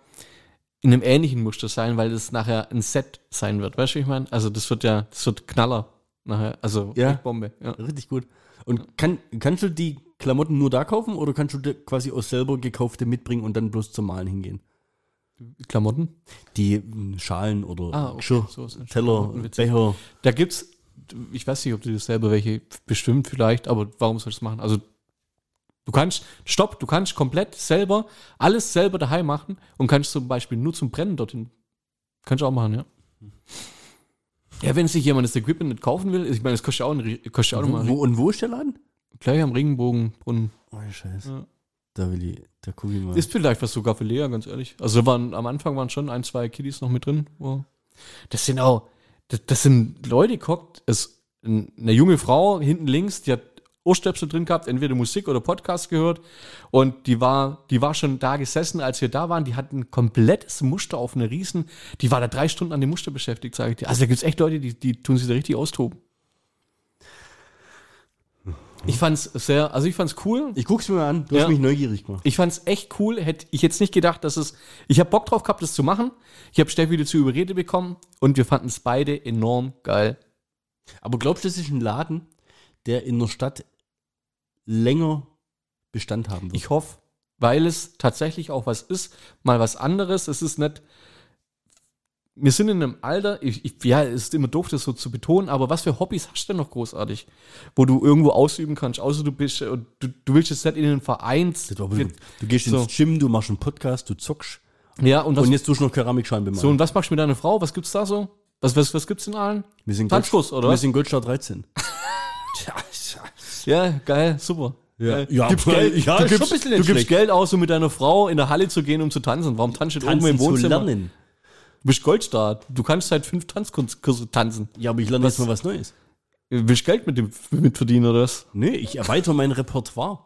Speaker 2: in einem ähnlichen Muster sein, weil das nachher ein Set sein wird. Weißt du, wie ich meine? Also das wird ja, das wird Knaller nachher. Also
Speaker 1: Ja.
Speaker 2: echt Bombe. Ja.
Speaker 1: Richtig gut. Und kann, kannst du die Klamotten nur da kaufen oder kannst du dir quasi aus selber gekaufte mitbringen und dann bloß zum Malen hingehen?
Speaker 2: Klamotten.
Speaker 1: Die mh, Schalen oder
Speaker 2: Ah, okay.
Speaker 1: Geschirr,
Speaker 2: So ist es.
Speaker 1: Teller,
Speaker 2: Klamottenwitzig.
Speaker 1: Becher.
Speaker 2: Da gibt's, ich weiß nicht, ob du selber welche bestimmt vielleicht, aber warum sollst du das machen? Also du kannst, stopp, du kannst komplett selber, alles selber daheim machen und kannst zum Beispiel nur zum Brennen dorthin. Kannst du auch machen, ja. Ja, wenn sich jemand das Equipment nicht kaufen will, ich meine, das kostet ja auch, ein, Rie- kostet ja auch
Speaker 1: Wo,
Speaker 2: nochmal.
Speaker 1: wo, und wo ist der Laden?
Speaker 2: Gleich am Regenbogenbrunnen.
Speaker 1: Oh, Scheiße.
Speaker 2: Ja.
Speaker 1: Da will ich, da gucke ich mal.
Speaker 2: Ist vielleicht was sogar für Lea, ganz ehrlich. Also da waren, am Anfang waren schon ein, zwei Kiddies noch mit drin. wo- Das sind auch, das, das sind Leute, guckt, ist ein- eine junge Frau hinten links, die hat Ohrstöpsel drin gehabt, entweder Musik oder Podcast gehört. Und die war, die war schon da gesessen, als wir da waren. Die hat ein komplettes Muster auf eine Riesen. Die war da drei Stunden an dem Muster beschäftigt, sage ich dir. Also da gibt es echt Leute, die, die tun sich da richtig austoben. Ich fand's sehr, also ich fand's cool.
Speaker 1: ich guck's mir mal an. Du
Speaker 2: Ja.
Speaker 1: hast mich neugierig gemacht.
Speaker 2: Ich fand's echt cool. Hätte ich jetzt nicht gedacht, dass es. Ich habe Bock drauf gehabt, das zu machen. Ich habe Steffi dazu überredet bekommen und wir fanden es beide enorm geil.
Speaker 1: Aber glaubst du, das ist ein Laden, der in der Stadt länger Bestand haben wird?
Speaker 2: Ich hoffe, weil es tatsächlich auch was ist, mal was anderes. Es ist nicht. Wir sind in einem Alter, ich, ich, ja, es ist immer doof, das so zu betonen, aber was für Hobbys hast du denn noch großartig, wo du irgendwo ausüben kannst, außer du bist, äh, du, du willst jetzt nicht in den Verein.
Speaker 1: Das war blöd. du gehst
Speaker 2: so.
Speaker 1: ins Gym, du machst einen Podcast, du zockst
Speaker 2: Ja, und, was,
Speaker 1: und jetzt tust du noch Keramikschalen bemalen.
Speaker 2: so, und was machst du mit deiner Frau? Was gibt's da so? Was, was, was gibt's in allen?
Speaker 1: wir sind
Speaker 2: Tanzkurs,
Speaker 1: Gold-
Speaker 2: oder
Speaker 1: Wir
Speaker 2: was?
Speaker 1: sind Goldstadt 13.
Speaker 2: Ja, geil, super.
Speaker 1: Ja.
Speaker 2: Geil.
Speaker 1: Ja,
Speaker 2: gibst
Speaker 1: weil-
Speaker 2: Geld,
Speaker 1: ja,
Speaker 2: du
Speaker 1: ist schon
Speaker 2: gibst,
Speaker 1: ein bisschen
Speaker 2: du
Speaker 1: nicht
Speaker 2: gibst
Speaker 1: schlecht.
Speaker 2: Geld aus, um mit deiner Frau in der Halle zu gehen, um zu tanzen. Warum tanzt du
Speaker 1: um
Speaker 2: oben im Wohnzimmer?
Speaker 1: lernen.
Speaker 2: Du bist Goldstar. Du kannst seit fünf Tanzkurse tanzen.
Speaker 1: Ja, aber ich lerne jetzt mal was Neues.
Speaker 2: Willst du Geld mit, dem, mit verdienen oder was?
Speaker 1: Nee, ich erweitere mein Repertoire.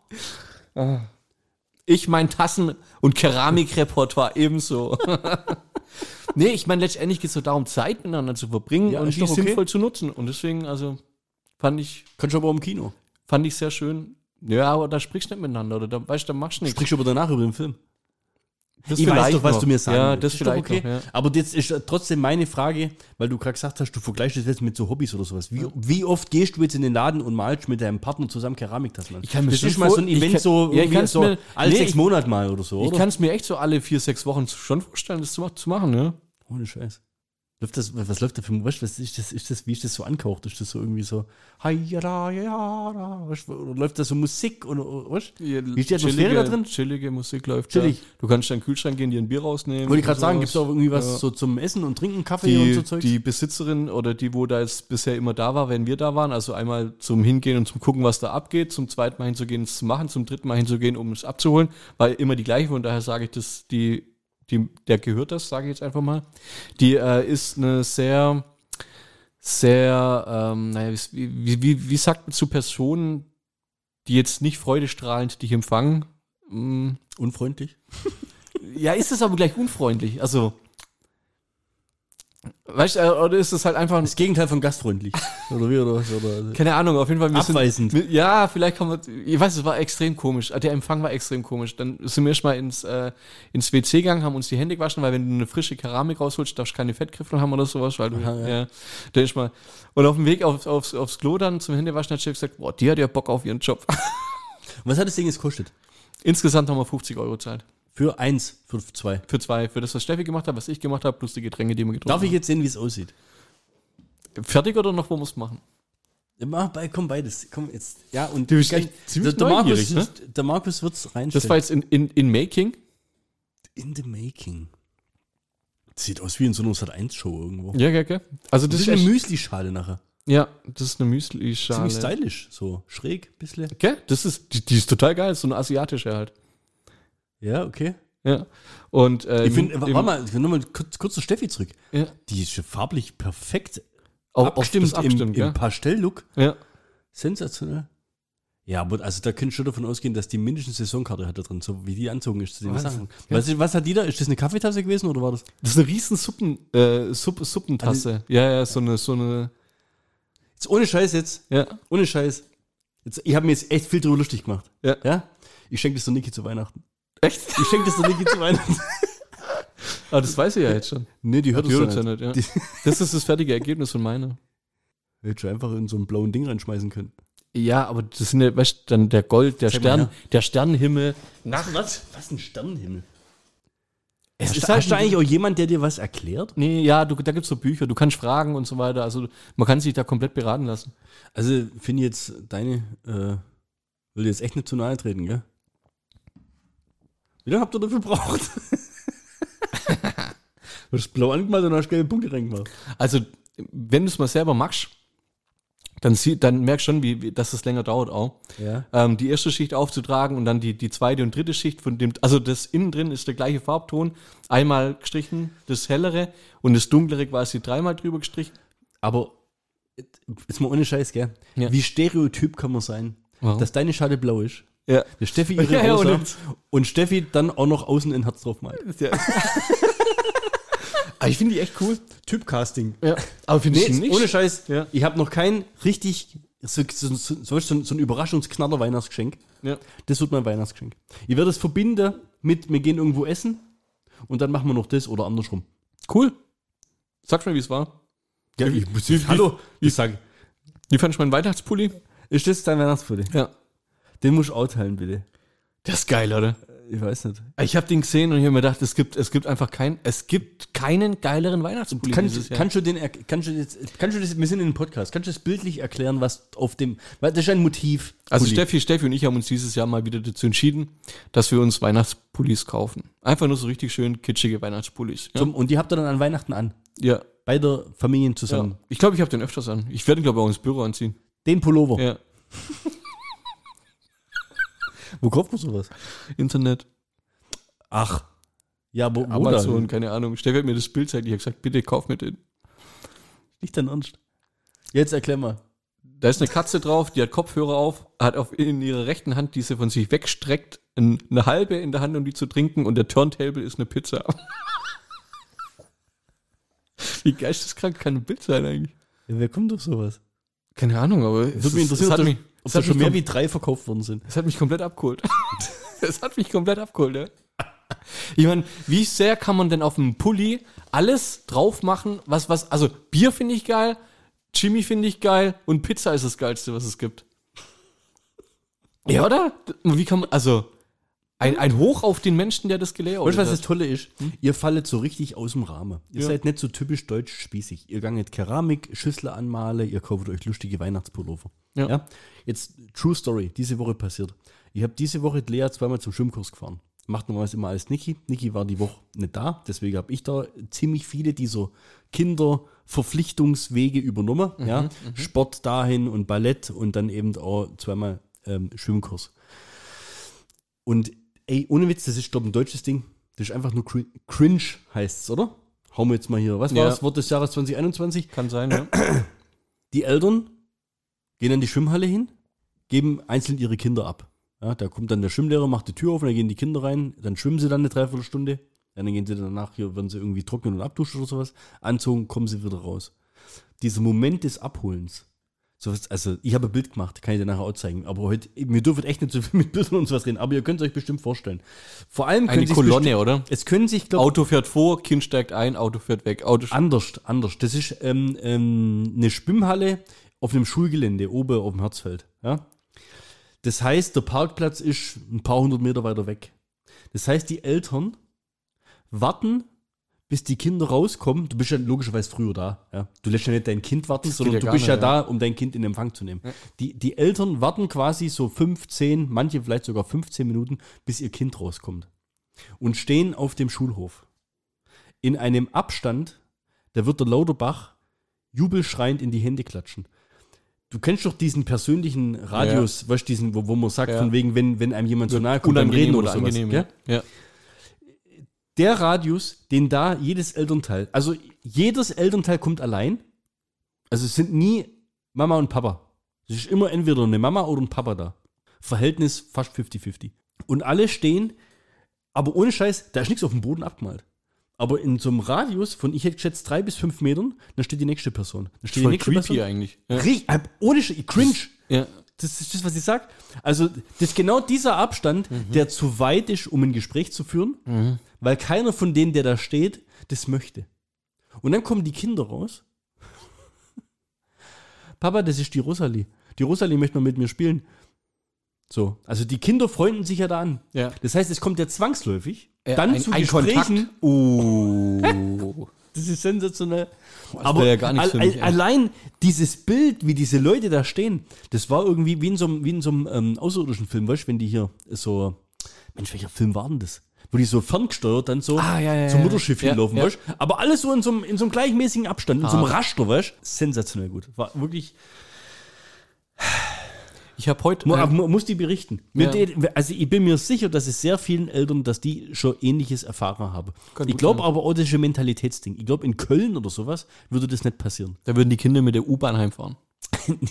Speaker 2: Ich mein Tassen- und Keramikrepertoire ebenso. nee, ich meine, letztendlich geht es doch darum, Zeit miteinander zu verbringen
Speaker 1: Ja,
Speaker 2: und
Speaker 1: ist
Speaker 2: die
Speaker 1: doch okay.
Speaker 2: sinnvoll zu nutzen. Und deswegen, also, fand ich,
Speaker 1: Kannst du aber auch im Kino.
Speaker 2: fand ich sehr schön. Ja, aber da sprichst du nicht miteinander oder da, weißt du, da machst du nichts.
Speaker 1: Sprichst du aber danach über den Film.
Speaker 2: Das
Speaker 1: Ich weiß
Speaker 2: vielleicht
Speaker 1: doch, was
Speaker 2: noch.
Speaker 1: du mir sagen
Speaker 2: Ja,
Speaker 1: willst.
Speaker 2: das
Speaker 1: Ist doch
Speaker 2: vielleicht noch, ja.
Speaker 1: Aber jetzt ist trotzdem meine Frage, weil du gerade gesagt hast, du vergleichst das jetzt mit so Hobbys oder sowas. Wie, wie oft gehst du jetzt in den Laden und malst mit deinem Partner zusammen Keramiktassen an?
Speaker 2: Ich kann mir
Speaker 1: das
Speaker 2: schon
Speaker 1: ist mal so ein
Speaker 2: vor- ich
Speaker 1: Event
Speaker 2: kann-
Speaker 1: so,
Speaker 2: ja, ich
Speaker 1: irgendwie
Speaker 2: kann's
Speaker 1: so
Speaker 2: mir-
Speaker 1: alle
Speaker 2: nee, ich-
Speaker 1: sechs Monate mal oder so,
Speaker 2: Ich
Speaker 1: oder?
Speaker 2: kann es mir echt so alle vier, sechs Wochen schon vorstellen, das zu, zu machen, ne?
Speaker 1: Ohne Scheiß. Läuft das, was läuft da für ein was ist das, ist das, wie ist das so ankaucht? Ist das so irgendwie so, hi, ja, da, ja, da, weißt du, oder läuft da so Musik oder, oder weißt du? Wie ist die Atmosphäre da drin?
Speaker 2: Chillige Musik läuft.
Speaker 1: Chillig.
Speaker 2: Ja. Du kannst in den Kühlschrank gehen, dir ein Bier rausnehmen.
Speaker 1: Wollte ich gerade
Speaker 2: und
Speaker 1: sagen,
Speaker 2: sowas.
Speaker 1: gibt es auch irgendwie was
Speaker 2: Ja.
Speaker 1: so zum Essen und Trinken, Kaffee und
Speaker 2: die,
Speaker 1: so Zeugs?
Speaker 2: die Besitzerin oder die, wo da jetzt bisher immer da war, wenn wir da waren, also einmal zum Hingehen und zum Gucken, was da abgeht, zum zweiten Mal hinzugehen, es zu machen, zum dritten Mal hinzugehen, um es abzuholen, weil immer die gleiche, von daher sage ich das, die, die, der gehört das, sage ich jetzt einfach mal. Die äh, ist eine sehr, sehr, ähm, naja, wie, wie, wie, wie sagt man zu Personen, die jetzt nicht freudestrahlend dich empfangen? Mm,
Speaker 1: Unfreundlich?
Speaker 2: ja, ist es aber gleich unfreundlich, also. Weißt du, äh, oder ist es halt einfach ein
Speaker 1: Das Gegenteil von gastfreundlich. oder wie, oder was? Oder,
Speaker 2: Keine Ahnung, auf jeden Fall. Wir
Speaker 1: Abweisend.
Speaker 2: Sind, wir- ja, vielleicht kommen wir. Ich weiß, es war extrem komisch. äh, Der Empfang war extrem komisch. Dann sind wir erstmal ins, äh, ins WC gegangen, haben uns die Hände gewaschen, weil wenn du eine frische Keramik rausholst, darfst du keine Fettgriffel haben oder sowas, weil du. ja. da ist mal. Und auf dem Weg auf, aufs, aufs Klo dann zum Händewaschen hat Chef gesagt: Boah, die hat ja Bock auf ihren Job.
Speaker 1: was hat das Ding jetzt gekostet?
Speaker 2: Insgesamt haben wir 50 Euro gezahlt.
Speaker 1: Für eins, für zwei.
Speaker 2: Für zwei. Für das, was Steffi gemacht hat, was ich gemacht habe, plus die Getränke, die wir getrunken
Speaker 1: Darf ich jetzt sehen, wie es aussieht?
Speaker 2: haben. Fertig oder noch, wo muss machen?
Speaker 1: Ja, Mach, bei- komm, beides. Komm jetzt. Ja, und
Speaker 2: bist
Speaker 1: ganz-
Speaker 2: echt ziemlich
Speaker 1: der, der Markus,
Speaker 2: neugierig, ne?
Speaker 1: der Markus wird's reinstellen.
Speaker 2: Das war jetzt in, in, in Making.
Speaker 1: in the making. Sieht aus wie in so einer Sat 1 Show irgendwo.
Speaker 2: Ja, ja, ja. Also
Speaker 1: Das ist eine Müsli-Schale nachher.
Speaker 2: ja, das ist eine Müsli-Schale.
Speaker 1: Ziemlich stylisch, so schräg, bisschen.
Speaker 2: Okay, das ist, die, die ist total geil, so eine asiatische halt.
Speaker 1: Ja, okay.
Speaker 2: Ja. Und äh,
Speaker 1: Ich finde,
Speaker 2: im-
Speaker 1: warte
Speaker 2: im-
Speaker 1: mal, ich will nochmal kurz, kurz zu Steffi zurück.
Speaker 2: Ja.
Speaker 1: Die ist schon farblich perfekt
Speaker 2: Auf,
Speaker 1: abgestimmt,
Speaker 2: auf das abstimmt,
Speaker 1: im,
Speaker 2: ja.
Speaker 1: im Pastell-Look.
Speaker 2: ja.
Speaker 1: Sensationell. Ja, aber also da könnt ihr schon davon ausgehen, dass die mindestens Saisonkarte hat da drin, so wie die anzogen ist zu den
Speaker 2: Wahnsinn.
Speaker 1: Sachen. Was, ist- was hat die da? Ist das eine Kaffeetasse gewesen oder war das?
Speaker 2: Das ist eine riesen Suppen, äh, Supp, Suppentasse. Also, ja, ja, so eine, so eine,
Speaker 1: Jetzt ohne Scheiß jetzt.
Speaker 2: ja,
Speaker 1: Ohne Scheiß. Jetzt, ich habe mir jetzt echt viel drüber lustig gemacht.
Speaker 2: ja.
Speaker 1: Ja? Ich schenke das der Niki zu Weihnachten.
Speaker 2: Echt?
Speaker 1: Ich schenke das der Niki zu Weihnachten.
Speaker 2: Ah, das weiß ich ja jetzt schon.
Speaker 1: Nee, die hört
Speaker 2: Die
Speaker 1: es
Speaker 2: hört
Speaker 1: dann nicht.
Speaker 2: ja nicht, ja.
Speaker 1: Die-
Speaker 2: Das ist das fertige Ergebnis von meiner.
Speaker 1: Hätte schon einfach in so ein blauen Ding reinschmeißen können.
Speaker 2: Ja, aber das sind ja, weißt du, dann der Gold, der
Speaker 1: mal
Speaker 2: Stern, der Sternenhimmel.
Speaker 1: Was, was? Was ein Sternenhimmel. Es
Speaker 2: Hast
Speaker 1: ist halt
Speaker 2: du-
Speaker 1: hast du eigentlich auch jemand, der dir was erklärt?
Speaker 2: Nee, ja, du, da gibt's so Bücher, du kannst fragen und so weiter. Also man kann sich da komplett beraten lassen.
Speaker 1: Also, finde jetzt deine, äh, will dir jetzt echt nicht zu nahe treten, gell? Wie lange habt ihr dafür gebraucht? du hast blau angemalt und hast gelbe Punkte reingemacht.
Speaker 2: Also, wenn du es mal selber machst, dann, sie, dann merkst du schon, wie, wie, dass es länger dauert auch.
Speaker 1: Ja.
Speaker 2: ähm, die erste Schicht aufzutragen und dann die, die zweite und dritte Schicht von dem, also das innen drin ist der gleiche Farbton, einmal gestrichen, das hellere und das dunklere quasi dreimal drüber gestrichen.
Speaker 1: Aber, äh, ist mal ohne Scheiß, gell?
Speaker 2: Ja.
Speaker 1: Wie stereotyp kann man sein,
Speaker 2: Warum?
Speaker 1: dass deine Schale blau ist?
Speaker 2: Ja.
Speaker 1: Der Steffi ihre
Speaker 2: Ja, ja,
Speaker 1: rosa
Speaker 2: und-
Speaker 1: und, Steffi dann auch noch außen ein Herz drauf malt. Ah,
Speaker 2: Aber ich finde die echt cool.
Speaker 1: Typcasting.
Speaker 2: Ja. Aber finde
Speaker 1: Nee,
Speaker 2: ich
Speaker 1: jetzt
Speaker 2: nicht.
Speaker 1: ohne Scheiß.
Speaker 2: Ja.
Speaker 1: Ich habe noch kein richtig so, so, so, so, so ein Überraschungsknaller Weihnachtsgeschenk.
Speaker 2: ja.
Speaker 1: Das wird mein Weihnachtsgeschenk. Ich werde es verbinden mit wir gehen irgendwo essen und dann machen wir noch das oder andersrum.
Speaker 2: Cool. Sag schon, wie es war.
Speaker 1: Ja, ich muss jetzt, hallo, ich sage,
Speaker 2: Wie fandest du meinen Weihnachtspulli?
Speaker 1: ist das dein Weihnachtsfoto?
Speaker 2: Ja.
Speaker 1: Den musst du auch teilen, bitte.
Speaker 2: Das ist geil, oder?
Speaker 1: Ich weiß nicht.
Speaker 2: Ich habe den gesehen und ich habe mir gedacht, es gibt, es gibt einfach kein, es gibt keinen geileren Weihnachtspulli
Speaker 1: Kann,
Speaker 2: dieses Jahr.
Speaker 1: kannst du den, er- kannst du jetzt, kannst du das, wir sind in einem Podcast, kannst du das bildlich erklären, was auf dem, weil das ist ein Motiv.
Speaker 2: Also
Speaker 1: Pulli.
Speaker 2: Steffi, Steffi und ich haben uns dieses Jahr mal wieder dazu entschieden, dass wir uns Weihnachtspullis kaufen. Einfach nur so richtig schön kitschige Weihnachtspullis. Ja.
Speaker 1: Zum, und die habt ihr dann an Weihnachten an.
Speaker 2: ja.
Speaker 1: Beide Familien zusammen.
Speaker 2: ja. Ich glaube, ich habe den öfters an. Ich werde ihn, glaube ich, auch ins Büro anziehen.
Speaker 1: Den Pullover.
Speaker 2: Ja.
Speaker 1: Wo kauft man sowas?
Speaker 2: Internet,
Speaker 1: Ach. Ja, wo, wo
Speaker 2: Amazon, keine Ahnung. Steffi hat mir das Bild gezeigt. Ich habe gesagt, bitte kauf mir den.
Speaker 1: Nicht dein Ernst. Jetzt erklär mal.
Speaker 2: Da ist eine Katze drauf, die hat Kopfhörer auf, hat auf in ihrer rechten Hand, die sie von sich wegstreckt, ein- eine halbe in der Hand, um die zu trinken und der Turntable ist eine Pizza. Wie geisteskrank kann ein Bild sein eigentlich?
Speaker 1: Ja, wer kommt auf sowas?
Speaker 2: Keine Ahnung, aber es
Speaker 1: Würde mich
Speaker 2: ist-
Speaker 1: interessieren,
Speaker 2: es hat
Speaker 1: ob,
Speaker 2: mich,
Speaker 1: das, ob
Speaker 2: es
Speaker 1: da
Speaker 2: hat
Speaker 1: schon
Speaker 2: mich,
Speaker 1: mehr
Speaker 2: kom
Speaker 1: wie drei verkauft worden sind.
Speaker 2: es hat mich komplett abgeholt. es hat mich komplett abgeholt, ja. Ich meine, wie sehr kann man denn auf einem Pulli alles drauf machen, was, was, also Bier finde ich geil, Jimmy finde ich geil und Pizza ist das Geilste, was es gibt. Ja, oder? Wie kann man, also, ein, ein Hoch auf den Menschen, der das
Speaker 1: Weißt
Speaker 2: gelayout
Speaker 1: du, was
Speaker 2: hat.
Speaker 1: das Tolle ist? Ihr fallet so richtig aus dem Rahmen. Ihr seid nicht so typisch deutsch-spießig. Ihr ganget Keramik, Schüssler anmale, ihr kauft euch lustige Weihnachtspullover.
Speaker 2: Ja.
Speaker 1: Jetzt, True Story, diese Woche passiert. Ich habe diese Woche Lea zweimal zum Schwimmkurs gefahren. Macht normalerweise immer alles Niki. Niki war die Woche nicht da, deswegen habe ich da ziemlich viele dieser Kinderverpflichtungswege übernommen. ja? Sport dahin und Ballett und dann eben auch zweimal ähm, Schwimmkurs. Und ey, ohne Witz, das ist doch ein deutsches Ding. Das ist einfach nur cri cringe, heißt es, oder? Hauen wir jetzt mal hier. Was war
Speaker 2: Ja.
Speaker 1: das Wort des Jahres 2021?
Speaker 2: Kann sein, ja.
Speaker 1: Die Eltern gehen an die Schwimmhalle hin, geben einzeln ihre Kinder ab. Ja, da kommt dann der Schwimmlehrer, macht die Tür auf und dann gehen die Kinder rein, dann schwimmen sie dann eine Dreiviertelstunde, dann gehen sie danach, hier werden sie irgendwie trocknen und abduschen oder sowas, anzogen, kommen sie wieder raus. Dieser Moment des Abholens, sowas, also ich habe ein Bild gemacht, kann ich dir nachher auch zeigen, aber heute, wir dürfen echt nicht so viel mit Bildern und sowas reden, aber ihr könnt es euch bestimmt vorstellen. Vor allem
Speaker 2: Eine
Speaker 1: sich's
Speaker 2: Kolonne,
Speaker 1: besti-
Speaker 2: oder?
Speaker 1: Es können sich, glaube
Speaker 2: Auto fährt vor, Kind steigt ein, Auto fährt weg, Auto
Speaker 1: Anders, anders. Das ist ähm, ähm, eine Schwimmhalle auf einem Schulgelände oben auf dem Herzfeld. Ja? Das heißt, der Parkplatz ist ein paar hundert Meter weiter weg. Das heißt, die Eltern warten, bis die Kinder rauskommen. Du bist ja logischerweise früher da. Ja? Du lässt ja nicht dein Kind warten, sondern
Speaker 2: ja
Speaker 1: du
Speaker 2: gar
Speaker 1: bist ja
Speaker 2: nicht,
Speaker 1: da, um dein Kind in Empfang zu nehmen. Die, die Eltern warten quasi so 15, manche vielleicht sogar 15 Minuten, bis ihr Kind rauskommt. und stehen auf dem Schulhof. In einem Abstand, da wird der Lauterbach jubelschreiend in die Hände klatschen. Du kennst doch diesen persönlichen Radius, weißt du, diesen, wo, wo man sagt,
Speaker 2: Ja.
Speaker 1: von wegen, wenn, wenn einem jemand zu nahe kommt, dann
Speaker 2: Unangenehm
Speaker 1: reden
Speaker 2: oder
Speaker 1: oder sowas,
Speaker 2: angenehm.
Speaker 1: gell?
Speaker 2: ja.
Speaker 1: der Radius, den da jedes Elternteil, also jedes Elternteil kommt allein. Also es sind nie Mama und Papa. Es ist immer entweder eine Mama oder ein Papa da. Verhältnis fast 50-50. Und alle stehen, aber ohne Scheiß, da ist nichts auf dem Boden abgemalt. Aber in so einem Radius von, ich hätte geschätzt, drei bis fünf Metern, dann steht die nächste Person. Dann steht die
Speaker 2: Voll
Speaker 1: nächste
Speaker 2: creepy
Speaker 1: Person.
Speaker 2: eigentlich. Ja.
Speaker 1: Riech, ohne Sch- cringe.
Speaker 2: Ja.
Speaker 1: Das ist das, was ich sage. Also, das ist genau dieser Abstand,
Speaker 2: Mhm.
Speaker 1: der zu weit ist, um ein Gespräch zu führen, weil keiner von denen, der da steht, das möchte. Und dann kommen die Kinder raus. Papa, das ist die Rosalie. Die Rosalie möchte noch mit mir spielen. So, also die Kinder freunden sich ja da an.
Speaker 2: Ja.
Speaker 1: Das heißt, es kommt ja zwangsläufig
Speaker 2: Ja,
Speaker 1: dann
Speaker 2: Äh, ein-
Speaker 1: zu
Speaker 2: ein
Speaker 1: Gesprächen.
Speaker 2: Oh.
Speaker 1: Das ist sensationell.
Speaker 2: wär
Speaker 1: Aber
Speaker 2: ja gar nichts für
Speaker 1: al-
Speaker 2: mich, ey.
Speaker 1: al- allein dieses Bild, wie diese Leute da stehen, das war irgendwie wie in so einem, wie in so einem ähm, außerirdischen Film, weißt du, wenn die hier so, Mensch, welcher Film war denn das? Wo die so ferngesteuert dann so
Speaker 2: Ah, ja, ja,
Speaker 1: zum
Speaker 2: ja.
Speaker 1: Mutterschiff
Speaker 2: Ja,
Speaker 1: hinlaufen,
Speaker 2: ja. Ah.
Speaker 1: weißt du? Aber alles so in so einem, in so einem gleichmäßigen Abstand, in so einem Raster, weißt du? Sensationell gut. War wirklich,
Speaker 2: Ich habe heute.
Speaker 1: mu
Speaker 2: äh,
Speaker 1: mu- muss die berichten. Mit
Speaker 2: Ja.
Speaker 1: den- Also ich bin mir sicher, dass es sehr vielen Eltern, dass die schon ähnliches erfahren haben.
Speaker 2: Kann
Speaker 1: Ich
Speaker 2: gut
Speaker 1: glaube aber auch, das ist ein Mentalitätsding. Ich glaube, in Köln oder sowas würde das nicht passieren.
Speaker 2: da würden die Kinder mit der U-Bahn heimfahren.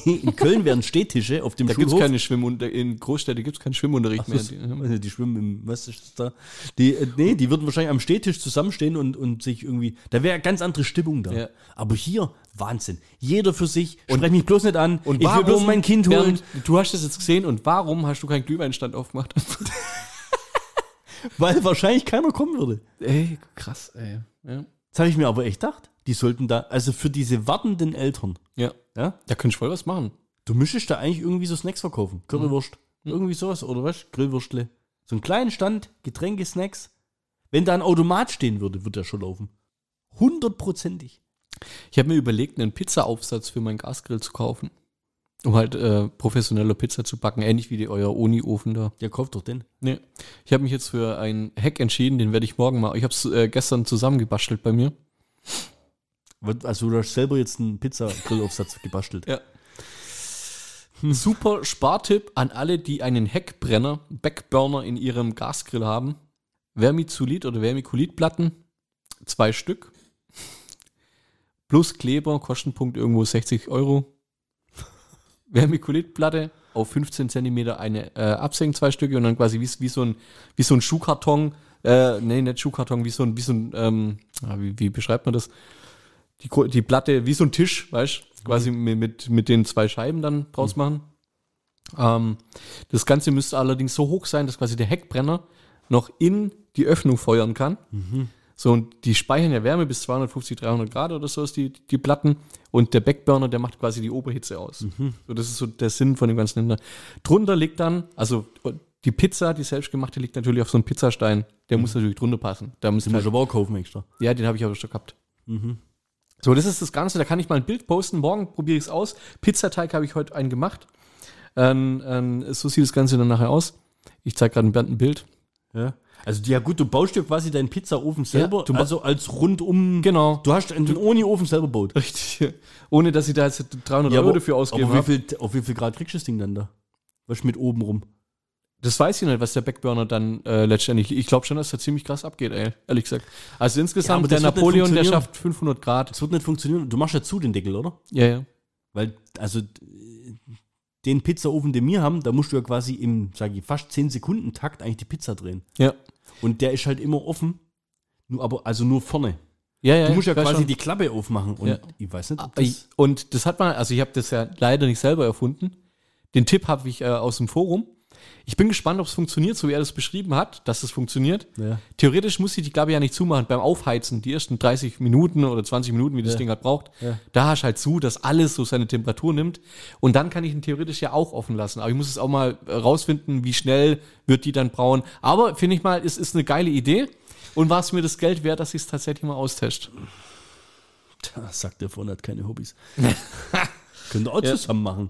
Speaker 1: Nee, in Köln wären Stehtische auf dem
Speaker 2: Da gibt's
Speaker 1: Schulhof.
Speaker 2: keine Schwimmunterricht. In Großstädte gibt's keinen Schwimmunterricht mehr. Die-
Speaker 1: also die schwimmen im, was ist das da? Die, äh, nee, die würden wahrscheinlich am Stehtisch zusammenstehen und, und sich irgendwie, da wäre ganz andere Stimmung da.
Speaker 2: Ja.
Speaker 1: Aber hier, Wahnsinn. Jeder für sich, sprech mich bloß nicht an, ich will bloß mein Kind holen.
Speaker 2: Bernd, du hast das jetzt gesehen und warum hast du keinen Glühweinstand aufgemacht?
Speaker 1: Weil wahrscheinlich keiner kommen würde.
Speaker 2: ey, krass, ey. Ja.
Speaker 1: Das habe ich mir aber echt gedacht. Die sollten da, also für diese wartenden Eltern,
Speaker 2: ja.
Speaker 1: ja,
Speaker 2: Da könntest du voll was machen.
Speaker 1: du müsstest da eigentlich irgendwie so Snacks verkaufen. Currywurst,
Speaker 2: Mhm.
Speaker 1: irgendwie sowas, oder was? Grillwürstle. So einen kleinen Stand, Getränke, Snacks. Wenn da ein Automat stehen würde, würde der schon laufen. Hundertprozentig.
Speaker 2: Ich habe mir überlegt, einen Pizzaaufsatz für meinen Gasgrill zu kaufen. Um halt äh, professionelle Pizza zu backen, ähnlich wie die, euer Uni-Ofen da.
Speaker 1: Ja, kauft doch den.
Speaker 2: Nee. Ich habe mich jetzt für einen Hack entschieden, den werde ich morgen mal. Ich habe es äh, gestern zusammengebastelt bei mir.
Speaker 1: Was- Also du hast selber jetzt einen Pizzagrillaufsatz gebastelt.
Speaker 2: Ja. Super Spartipp an alle, die einen Heckbrenner, Backburner in ihrem Gasgrill haben. Vermiculit oder Vermiculitplatten, zwei Stück. Plus Kleber, Kostenpunkt irgendwo 60 Euro. Vermiculitplatte auf 15 cm eine äh, absenken, zwei Stücke und dann quasi wie, wie, so, ein, wie so ein Schuhkarton, äh, nee, nicht Schuhkarton, wie so ein, wie so ein ähm, ah, wie, wie beschreibt man das? die, Gro- die Platte wie so ein Tisch, weißt quasi mit, mit, mit den zwei Scheiben dann draus machen. Ähm, das Ganze müsste allerdings so hoch sein, dass quasi der Heckbrenner noch in die Öffnung feuern kann. So, und die speichern ja Wärme bis 250, 300 Grad oder so ist die, die Platten. Und der Backburner, der macht quasi die Oberhitze aus. So, das ist so der Sinn von dem ganzen Inhalt. Drunter liegt dann, also die Pizza, die selbstgemachte, liegt natürlich auf so einem Pizzastein. Der muss natürlich drunter passen. Da halt müssen
Speaker 1: Den musst du aber auch kaufen extra.
Speaker 2: ja, den habe ich aber schon gehabt.
Speaker 1: Mhm.
Speaker 2: So, das ist das Ganze. Da kann ich mal ein Bild posten. Morgen probiere ich es aus. Pizzateig habe ich heute einen gemacht. Ähm, ähm, so sieht das Ganze dann nachher aus. Ich zeige gerade Bernd ein Bild.
Speaker 1: Ja. Also ja gut, du baust dir quasi deinen Pizzaofen selber,
Speaker 2: du ba-
Speaker 1: also als rundum...
Speaker 2: Genau.
Speaker 1: Du hast einen Oni-Ofen selber gebaut.
Speaker 2: Richtig. Ohne, dass ich da jetzt 300 Euro dafür ausgeben
Speaker 1: aber wie
Speaker 2: hab.
Speaker 1: viel, auf wie viel Grad kriegst du das Ding dann da? Was mit oben rum?
Speaker 2: Das weiß ich nicht, was der Backburner dann äh, letztendlich. Ich glaube schon, dass da ziemlich krass abgeht, ey, ehrlich gesagt. Also
Speaker 1: Ja, aber
Speaker 2: insgesamt,
Speaker 1: das
Speaker 2: der
Speaker 1: wird nicht
Speaker 2: Napoleon, der
Speaker 1: funktionieren.
Speaker 2: schafft 500 Grad.
Speaker 1: Das wird nicht funktionieren. Du machst ja zu den Deckel, oder?
Speaker 2: Ja, ja.
Speaker 1: Weil, also, äh, den Pizzaofen, den wir haben, da musst du ja quasi im, sage ich, fast 10-Sekunden-Takt eigentlich die Pizza drehen.
Speaker 2: Ja,
Speaker 1: Und der ist halt immer offen, nur, aber, also nur vorne.
Speaker 2: ja. ja
Speaker 1: Du musst ja
Speaker 2: ich weiß
Speaker 1: quasi
Speaker 2: schon.
Speaker 1: die Klappe aufmachen. Und
Speaker 2: Ja.
Speaker 1: ich weiß nicht, ob
Speaker 2: Ah, Ey,
Speaker 1: das.
Speaker 2: Und das hat man, also ich habe das ja leider nicht selber erfunden. Den Tipp habe ich äh, aus dem Forum. Ich bin gespannt, ob es funktioniert, so wie er das beschrieben hat, dass es funktioniert.
Speaker 1: Ja.
Speaker 2: Theoretisch muss ich die Klappe ja nicht zumachen beim Aufheizen, die ersten 30 Minuten oder 20 Minuten, wie das Ding halt braucht. Da hast halt zu, dass alles so seine Temperatur nimmt. Und dann kann ich ihn theoretisch ja auch offen lassen. Aber ich muss es auch mal äh, rausfinden, wie schnell wird die dann braun. Aber finde ich mal, es ist eine geile Idee. Und war es mir das Geld wert, dass ich es tatsächlich mal austeste?
Speaker 1: Tja, sagt der vorne, hat keine Hobbys. Könnt ihr auch zusammen machen.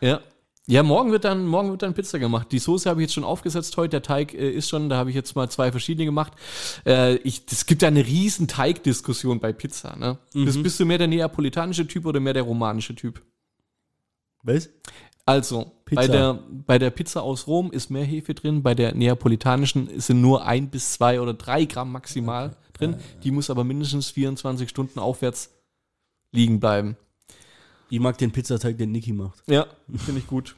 Speaker 2: Ja. Ja, morgen wird dann, morgen wird dann Pizza gemacht. Die Soße habe ich jetzt schon aufgesetzt heute. Der Teig äh, ist schon, da habe ich jetzt mal zwei verschiedene gemacht. Äh, ich, es gibt ja eine riesen Teigdiskussion bei Pizza. Ne? Bist, bist du mehr der neapolitanische Typ oder mehr der romanische Typ?
Speaker 1: Was?
Speaker 2: Also, bei
Speaker 1: Pizza.
Speaker 2: der, bei der Pizza aus Rom ist mehr Hefe drin, bei der neapolitanischen sind nur ein bis zwei oder drei Gramm maximal drin. Die muss aber mindestens 24 Stunden aufwärts liegen bleiben.
Speaker 1: Ich mag den Pizzateig, den Niki macht.
Speaker 2: Ja, finde ich gut.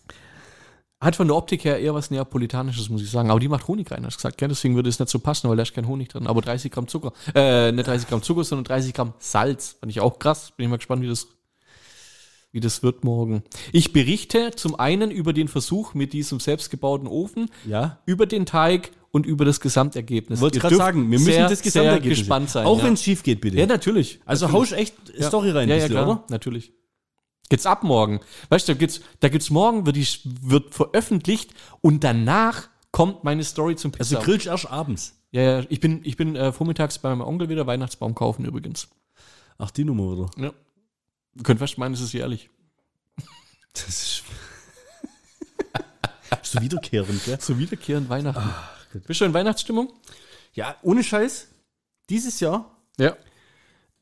Speaker 2: Hat von der Optik her eher was Neapolitanisches, muss ich sagen. Aber die macht Honig rein, hast du gesagt. Gell? Deswegen würde es nicht so passen, weil da ist kein Honig drin. Aber 30 Gramm Zucker. Äh, nicht 30 Gramm Zucker, sondern 30 Gramm Salz. Fand ich auch krass. Bin ich mal gespannt, wie das, wie das wird morgen. Ich berichte zum einen über den Versuch mit diesem selbstgebauten Ofen,
Speaker 1: Ja.
Speaker 2: über den Teig und über das Gesamtergebnis.
Speaker 1: Wollte
Speaker 2: Ihr
Speaker 1: gerade
Speaker 2: dürft
Speaker 1: sagen, wir müssen
Speaker 2: sehr,
Speaker 1: das Gesamtergebnis
Speaker 2: sehr gespannt sein.
Speaker 1: Auch
Speaker 2: ja.
Speaker 1: wenn es schief geht, bitte.
Speaker 2: Ja, natürlich.
Speaker 1: also
Speaker 2: natürlich.
Speaker 1: hausch echt Story rein,
Speaker 2: Ja,
Speaker 1: ein
Speaker 2: ja,
Speaker 1: bisschen,
Speaker 2: klar.
Speaker 1: oder?
Speaker 2: Natürlich. Geht's ab morgen. Weißt du, da gibt's, da gibt's morgen, wird, die, wird veröffentlicht und danach kommt meine Story zum Pizza.
Speaker 1: Also grillst erst abends.
Speaker 2: ja, ja, ich bin, ich bin äh, vormittags bei meinem Onkel wieder Weihnachtsbaum kaufen übrigens.
Speaker 1: Ach, die Nummer, oder?
Speaker 2: Ja. Ihr könnt fast meinen, es ist jährlich.
Speaker 1: Das ist. so wiederkehrend, gell?
Speaker 2: Zu wiederkehrend Weihnachten. Bist du in Weihnachtsstimmung?
Speaker 1: Ja, ohne Scheiß. Dieses Jahr
Speaker 2: Ja.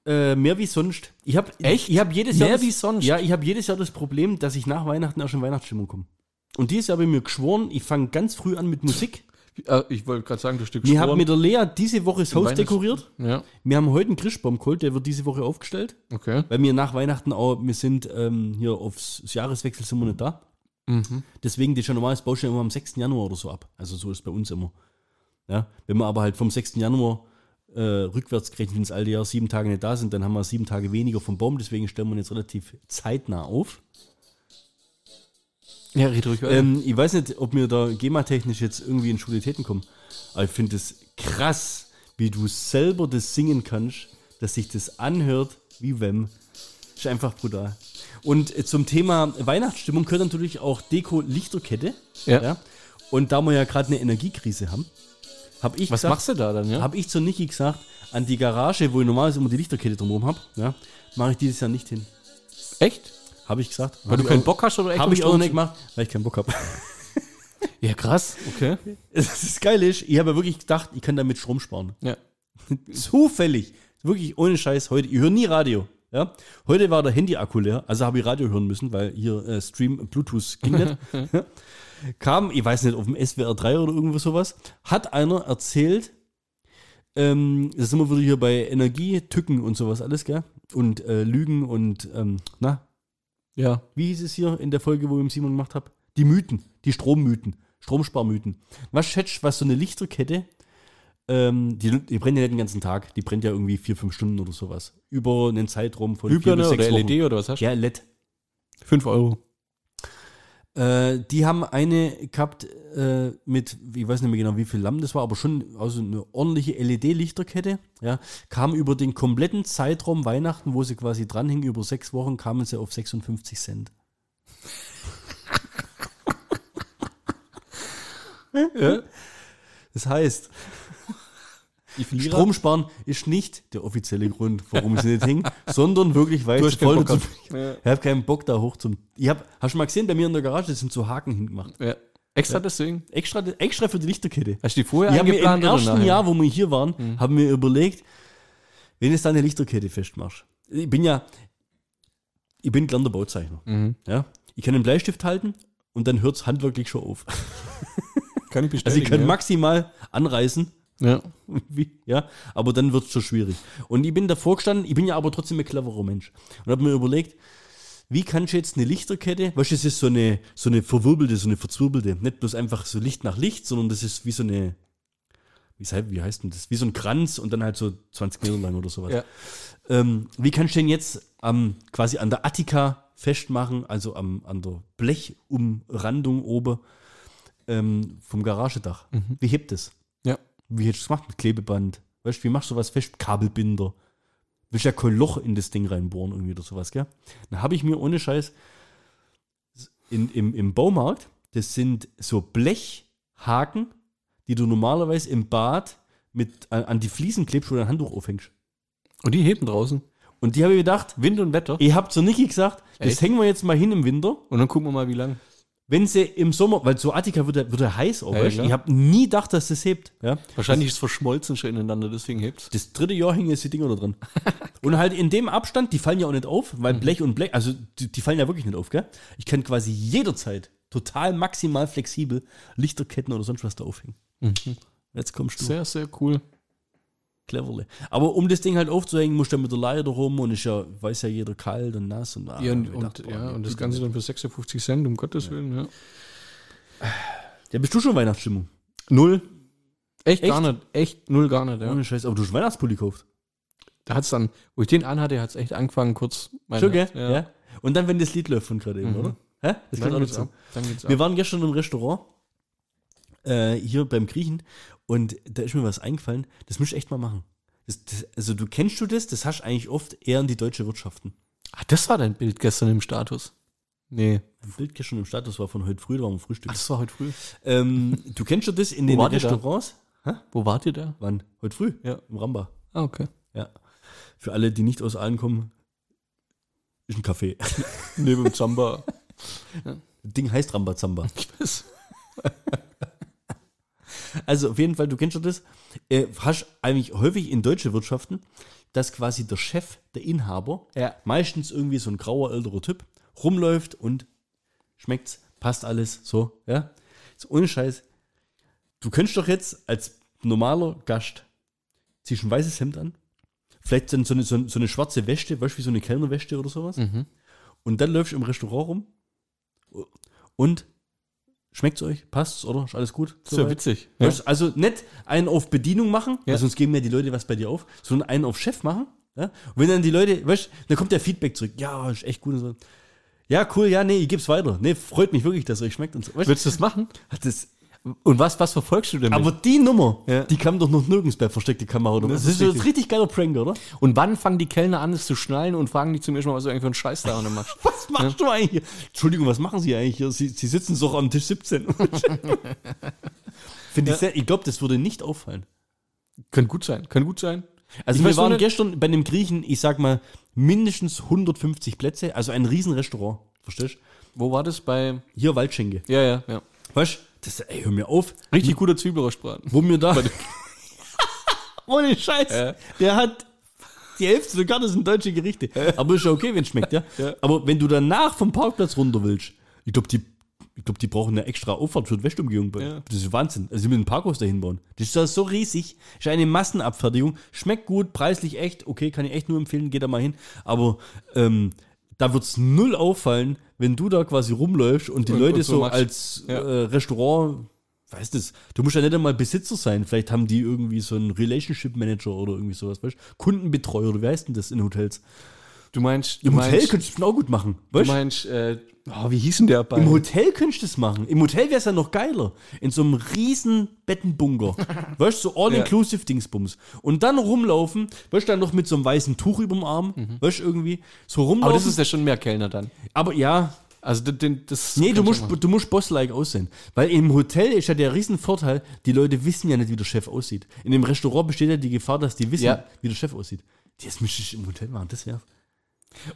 Speaker 1: äh, mehr wie sonst. Ich habe
Speaker 2: Echt?
Speaker 1: Ich habe jedes
Speaker 2: Mehr
Speaker 1: Jahr das,
Speaker 2: wie sonst?
Speaker 1: Ja, ich habe jedes Jahr das Problem, dass ich nach Weihnachten auch schon Weihnachtsstimmung komme. Und dieses Jahr habe ich mir geschworen, ich fange ganz früh an mit Musik.
Speaker 2: Äh, ich wollte gerade sagen, du Stück
Speaker 1: Wir haben mit der Lea diese Woche das Haus
Speaker 2: Weihnachts-
Speaker 1: dekoriert.
Speaker 2: Ja,
Speaker 1: Wir haben heute einen Christbaum geholt, der wird diese Woche aufgestellt.
Speaker 2: okay.
Speaker 1: Weil wir nach Weihnachten auch, wir sind ähm, hier aufs das Jahreswechsel sind wir nicht da. Deswegen geht schon normales Baustellen immer am 6. Januar oder so ab. Also so ist es bei uns immer. Ja? Wenn wir aber halt vom 6. Januar äh, rückwärts gerechnet ins alte Jahr sieben Tage nicht da sind, dann haben wir sieben Tage weniger vom Baum. Deswegen stellen wir ihn jetzt relativ zeitnah auf.
Speaker 2: Ja, red ruhig. weiter.
Speaker 1: Ähm, ich weiß nicht, ob wir da GEMA-technisch jetzt irgendwie in Schulitäten kommen. Aber ich finde es krass, wie du selber das singen kannst, dass sich das anhört wie Wem. Ist einfach brutal. Und äh, zum Thema Weihnachtsstimmung gehört natürlich auch Deko-Lichterkette.
Speaker 2: Ja.
Speaker 1: Und da wir ja gerade eine Energiekrise haben, habe ich
Speaker 2: Was machst du ne? da dann, ja?
Speaker 1: habe ich zu Niki gesagt, an die Garage, wo ich normalerweise immer die Lichterkette drumherum habe, ja, mache ich dieses Jahr nicht hin.
Speaker 2: Echt?
Speaker 1: Habe ich gesagt.
Speaker 2: Weil du keinen Bock hast oder echt
Speaker 1: Habe ich auch
Speaker 2: um
Speaker 1: noch
Speaker 2: Sturm-
Speaker 1: nicht gemacht, weil ich keinen Bock habe.
Speaker 2: Ja, krass. Okay.
Speaker 1: Das ist geil ist, ich habe ja wirklich gedacht, ich kann damit Strom sparen.
Speaker 2: Ja.
Speaker 1: Zufällig, wirklich ohne Scheiß heute. Ich höre nie Radio. Ja? Heute war der Handy-Akku leer, also habe ich Radio hören müssen, weil hier äh, Stream Bluetooth ging nicht. Kam, ich weiß nicht, auf dem SWR 3 oder irgendwo sowas, hat einer erzählt, ähm, das sind wir wieder hier bei Energie, Tücken und sowas alles, gell? Und äh, Lügen und, ähm, na,
Speaker 2: Ja.
Speaker 1: wie hieß es hier in der Folge, wo ich mit Simon gemacht habe? Die Mythen, die Strommythen, Stromsparmythen. Was schätzt, was so eine Lichterkette, ähm, die, die brennt ja nicht den ganzen Tag, die brennt ja irgendwie vier, fünf Stunden oder sowas. Über einen Zeitraum von vier
Speaker 2: Glühbirne
Speaker 1: bis
Speaker 2: ne? oder
Speaker 1: sechs
Speaker 2: E LED
Speaker 1: Wochen.
Speaker 2: oder was hast du?
Speaker 1: Ja, E LED.
Speaker 2: 5 Euro.
Speaker 1: Äh, die haben eine gehabt äh, mit, ich weiß nicht mehr genau, wie viel Lampen das war, aber schon also eine ordentliche LED-Lichterkette. Ja, kam über den kompletten Zeitraum Weihnachten, wo sie quasi dranhing, über sechs Wochen, kamen sie auf 56 Cent. Das heißt, Strom sparen ist nicht der offizielle Grund, warum sie nicht hing, sondern wirklich, weil
Speaker 2: Du
Speaker 1: ich
Speaker 2: hast keinen
Speaker 1: voll
Speaker 2: Bock
Speaker 1: dazu. Ich habe keinen Bock da hoch zum. Ich hab, hast du mal gesehen, bei mir in der Garage sind so Haken hingemacht.
Speaker 2: Ja. Extra deswegen?
Speaker 1: Extra, extra für die Lichterkette.
Speaker 2: Hast du die vorher
Speaker 1: Wir haben mir im
Speaker 2: eingeplant oder Mhm.
Speaker 1: ersten
Speaker 2: nachher?
Speaker 1: Jahr, wo wir hier waren, haben wir überlegt, wenn es da eine Lichterkette festmachst. Ich bin ja, ich bin gelernter Bauzeichner.
Speaker 2: Mhm.
Speaker 1: Ja? Ich kann den Bleistift halten und dann hört es handwerklich schon auf.
Speaker 2: Kann ich bestätigen.
Speaker 1: Also ich kann
Speaker 2: ja.
Speaker 1: maximal anreißen,
Speaker 2: Ja.
Speaker 1: wie, ja, aber dann wird es schon schwierig. Und ich bin davor gestanden, ich bin ja aber trotzdem ein cleverer Mensch und habe mir überlegt, wie kannst du jetzt eine Lichterkette, weißt du, es ist so eine, so eine verwirbelte, so eine verzwirbelte, nicht bloß einfach so Licht nach Licht, sondern das ist wie so eine, wie, sei- wie heißt denn das, wie so ein Kranz und dann halt so 20 Meter lang oder sowas.
Speaker 2: Ja.
Speaker 1: Ähm, wie kannst du den jetzt am, quasi an der Attika festmachen, also am, an der Blechumrandung oben ähm, vom Garagedach? Wie hebt es?
Speaker 2: Ja.
Speaker 1: Wie hättest du es gemacht mit Klebeband? Weißt du, wie machst du was fest? Kabelbinder. Willst ja kein Loch in das Ding reinbohren irgendwie oder sowas, gell? Dann habe ich mir ohne Scheiß in, im, im Baumarkt, das sind so Blechhaken, die du normalerweise im Bad mit, an, an die Fliesen klebst oder ein Handtuch aufhängst.
Speaker 2: Und die heben draußen.
Speaker 1: Und die habe ich gedacht,
Speaker 2: Wind und Wetter.
Speaker 1: ich habe zu Niki gesagt, das
Speaker 2: Echt?
Speaker 1: hängen wir jetzt mal hin im Winter.
Speaker 2: Und dann gucken wir mal, wie lang.
Speaker 1: Wenn sie im Sommer, weil so Attika wird, er- wird er heiß, auch,
Speaker 2: Ja,
Speaker 1: weißt du?
Speaker 2: klar.
Speaker 1: ich habe nie gedacht, dass das hebt. Ja?
Speaker 2: Wahrscheinlich ist es verschmolzen schon ineinander, deswegen hebt's.
Speaker 1: Das dritte Jahr hängen jetzt die Dinger da dran. und halt in dem Abstand, die fallen ja auch nicht auf, weil
Speaker 2: Mhm.
Speaker 1: Blech und Blech, also die, die fallen ja wirklich nicht auf, gell? Ich kann quasi jederzeit total maximal flexibel Lichterketten oder sonst was da aufhängen. Jetzt kommst du.
Speaker 2: Mhm. Sehr, sehr cool.
Speaker 1: Cleverle. Aber um das Ding halt aufzuhängen, musst du ja mit der Leiter da rum und ist ja, weiß ja jeder kalt und nass und, ah,
Speaker 2: Ja, und,
Speaker 1: ich
Speaker 2: und,
Speaker 1: dachte, boah,
Speaker 2: ja,
Speaker 1: nee,
Speaker 2: und das
Speaker 1: bitte
Speaker 2: Ganze
Speaker 1: nicht.
Speaker 2: dann für 56 Cent, um Gottes Willen. Ja.
Speaker 1: Ja, bist du schon Weihnachtsstimmung?
Speaker 2: Null. Echt,
Speaker 1: Echt?
Speaker 2: gar nicht. Echt null gar nicht, ja.
Speaker 1: Ohne Scheiß, aber du hast einen Weihnachtspulli gekauft.
Speaker 2: Da hat's dann, wo ich den anhatte, hat's echt angefangen, kurz meine,
Speaker 1: Schon, gell?
Speaker 2: Ja.
Speaker 1: Und dann, wenn das Lied läuft von gerade eben,
Speaker 2: Mhm.
Speaker 1: oder? Hä? Das
Speaker 2: Dann
Speaker 1: kommt auch
Speaker 2: geht's
Speaker 1: dazu.
Speaker 2: ab. Dann geht's ab.
Speaker 1: Wir waren gestern im Restaurant, äh, hier beim Griechen, und da ist mir was eingefallen. Das musst du echt mal machen. Das, das, also, du kennst du das? Das hast du eigentlich oft eher in die deutsche Wirtschaften.
Speaker 2: Ah, das war dein Bild gestern im Status. Nee.
Speaker 1: Ein Bild gestern im Status war von heute früh, da waren wir Frühstück.
Speaker 2: das war heute früh.
Speaker 1: Ähm, du kennst du das in
Speaker 2: Wo
Speaker 1: den
Speaker 2: wart ihr da?
Speaker 1: Restaurants?
Speaker 2: Wo wart ihr da?
Speaker 1: Wann? Heute früh?
Speaker 2: Ja.
Speaker 1: Im Ramba.
Speaker 2: Ah, okay.
Speaker 1: Ja. Für alle, die nicht aus Aalen kommen, ist ein Café. Das
Speaker 2: Neben dem Zamba.
Speaker 1: Ding heißt Ramba Zamba. Also auf jeden Fall, du kennst schon das, äh, hast eigentlich häufig in deutsche Wirtschaften, dass quasi der Chef, der Inhaber,
Speaker 2: ja.
Speaker 1: meistens irgendwie so ein grauer, älterer Typ, rumläuft und schmeckt's, passt alles, so, ja. Ist ohne Scheiß. Du könntest doch jetzt als normaler Gast, ziehst ein weißes Hemd an, vielleicht so, so, eine, so, so eine schwarze Weste, weißt du, wie so eine Kellnerweste oder sowas,
Speaker 2: Mhm.
Speaker 1: und dann läufst du im Restaurant rum und schmeckt's euch, passt's, oder? Ist alles gut?
Speaker 2: Das ist ja
Speaker 1: soweit?
Speaker 2: witzig.
Speaker 1: Ja. Weißt du, Also nicht einen auf Bedienung machen,
Speaker 2: Ja.
Speaker 1: weil sonst geben ja die Leute was bei dir auf, sondern einen auf Chef machen. Ja? Und wenn dann die Leute, weißt du, dann kommt der Feedback zurück. Ja, ist echt gut. Und so. Ja, cool, ja, nee, ich geb's weiter. Nee, freut mich wirklich, dass es euch schmeckt. Und so. Weißt du,
Speaker 2: Willst du das machen?
Speaker 1: hat das,
Speaker 2: Und was, was verfolgst du denn?
Speaker 1: aber die Nummer,
Speaker 2: Ja.
Speaker 1: die kam doch noch nirgends bei versteckte Kamera. Oder? was?
Speaker 2: Das
Speaker 1: Das ist
Speaker 2: ist
Speaker 1: so ein
Speaker 2: richtig.
Speaker 1: richtig geiler Prank, oder?
Speaker 2: Und wann fangen die Kellner an, es zu schnallen und fragen dich zum ersten Mal, was du eigentlich für einen Scheiß da unten machst?
Speaker 1: Was machst du eigentlich hier? Entschuldigung, was machen Sie eigentlich hier? Sie, Sie sitzen doch am Tisch 17. Finde ich sehr, ich glaube, das würde nicht auffallen.
Speaker 2: Könnte gut sein, könnte gut sein.
Speaker 1: Also
Speaker 2: Ich
Speaker 1: wir
Speaker 2: weiß nur
Speaker 1: waren
Speaker 2: nicht-
Speaker 1: gestern bei dem Griechen, ich sag mal, mindestens 150 Plätze, also ein Riesenrestaurant, verstehst?
Speaker 2: Wo war das bei.
Speaker 1: Hier Waldschenke.
Speaker 2: Ja, ja, ja.
Speaker 1: Weißt das, ey, hör mir auf,
Speaker 2: Richtig guter Zwiebelrostbraten.
Speaker 1: wo mir da. Ohne Scheiß.
Speaker 2: Ja.
Speaker 1: Der hat die Hälfte sogar, das sind deutsche Gerichte. Aber ist ja okay, wenn es schmeckt, ja? Aber wenn du danach vom Parkplatz runter willst, ich glaube, die. Ich glaube, die brauchen eine extra Auffahrt für die Westumgehung.
Speaker 2: Ja.
Speaker 1: Das ist Wahnsinn. Also, sie müssen ein Parkhaus dahin bauen. Das ist ja so riesig. Ist eine Massenabfertigung. Schmeckt gut, preislich echt. Okay, kann ich echt nur empfehlen. Geht da mal hin. Aber ähm, da wird es null auffallen, wenn du da quasi rumläufst und die
Speaker 2: Und-
Speaker 1: Leute
Speaker 2: und so
Speaker 1: so
Speaker 2: machst.
Speaker 1: als
Speaker 2: Ja.
Speaker 1: äh, Restaurant weißt du, du musst ja nicht einmal Besitzer sein. Vielleicht haben die irgendwie so einen Relationship Manager oder irgendwie sowas, weißt du? Kundenbetreuer oder wie heißt denn das in Hotels?
Speaker 2: Du meinst. Du
Speaker 1: Im Hotel
Speaker 2: meinst,
Speaker 1: könntest du es auch gut machen,
Speaker 2: du
Speaker 1: weißt du?
Speaker 2: meinst äh, oh, wie hieß denn der bei?
Speaker 1: Im Hotel könntest du es machen. Im Hotel wäre es ja noch geiler. In so einem riesen Bettenbunker. weißt du, so All-Inclusive-Dingsbums. Und dann rumlaufen, weißt du, dann noch mit so einem weißen Tuch über dem Arm, weißt du, irgendwie so rumlaufen.
Speaker 2: Mhm. Aber das ist ja schon mehr Kellner dann.
Speaker 1: aber ja,
Speaker 2: Also, den- den- das.
Speaker 1: Nee, du
Speaker 2: kann
Speaker 1: musst,
Speaker 2: ich auch machen.
Speaker 1: du musst boss-like aussehen. Weil im Hotel ist ja der Riesenvorteil, die Leute wissen ja nicht, wie der Chef aussieht. In dem Restaurant besteht ja die Gefahr, dass die wissen,
Speaker 2: Ja.
Speaker 1: wie der Chef aussieht. Das müsste ich im Hotel machen, das wär's.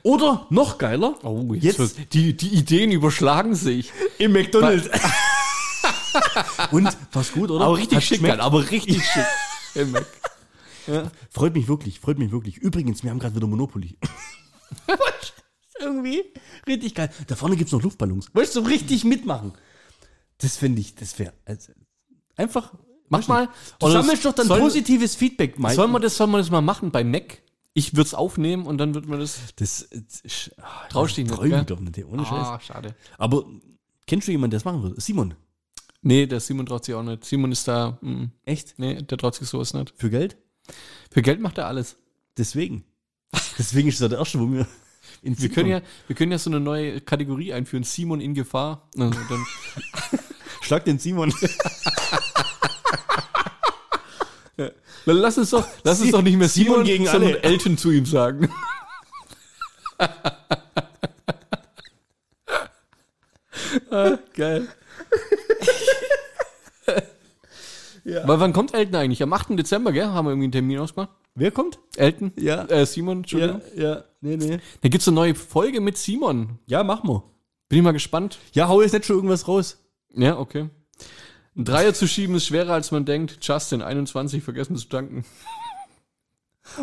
Speaker 1: Oder noch geiler,
Speaker 2: Oh, jetzt, wird's- die, die Ideen überschlagen sich.
Speaker 1: im McDonalds. Und war's gut, oder? Hat's geschmeckt?
Speaker 2: dann, aber richtig schick. Hey, Mac.
Speaker 1: Freut mich wirklich, freut mich wirklich. Übrigens, wir haben gerade wieder Monopoly. Irgendwie richtig geil. Da vorne gibt's noch Luftballons. Wolltest du richtig mitmachen? Das finde ich, das wäre also, einfach.
Speaker 2: Mach mal.
Speaker 1: Du
Speaker 2: Oder
Speaker 1: sammelst doch dann
Speaker 2: sollen-
Speaker 1: positives Feedback, Mike.
Speaker 2: Sollen wir das, sollen wir das mal machen bei Mac? Ich würde es aufnehmen und dann wird man das.
Speaker 1: das das- ah,
Speaker 2: Traust dich nicht,
Speaker 1: träum ich
Speaker 2: gell?
Speaker 1: doch nicht, Ah. ohne Scheiß.
Speaker 2: schade.
Speaker 1: Aber kennst du jemanden, der es machen würde? Simon.
Speaker 2: Nee, der Simon traut sich auch nicht. Simon ist da. mm,
Speaker 1: Echt?
Speaker 2: nee, der traut sich sowas nicht.
Speaker 1: Für Geld?
Speaker 2: Für Geld macht er alles.
Speaker 1: Deswegen. Deswegen ist er der Erste, wo mir.
Speaker 2: Wir können, ja, wir können ja so eine neue Kategorie einführen. Simon in Gefahr. Also dann,
Speaker 1: Schlag den Simon.
Speaker 2: dann lass es doch, lass es doch nicht mehr Simon,
Speaker 1: Simon gegen
Speaker 2: sondern
Speaker 1: alle.
Speaker 2: Elton zu ihm sagen. ah, geil. Weil wann kommt Elton eigentlich? Am 8. Dezember, gell? Haben wir irgendwie einen Termin ausgemacht?
Speaker 1: Wer kommt?
Speaker 2: Elton?
Speaker 1: Ja.
Speaker 2: Äh, Simon, Entschuldigung.
Speaker 1: ja. Nee, nee.
Speaker 2: Da gibt es eine neue Folge mit Simon.
Speaker 1: Ja, mach mal.
Speaker 2: Bin ich mal gespannt.
Speaker 1: Ja, hau jetzt nicht schon irgendwas raus.
Speaker 2: Ja, okay. Ein Dreier zu schieben ist schwerer, als man denkt. Justin, 21, vergessen zu danken.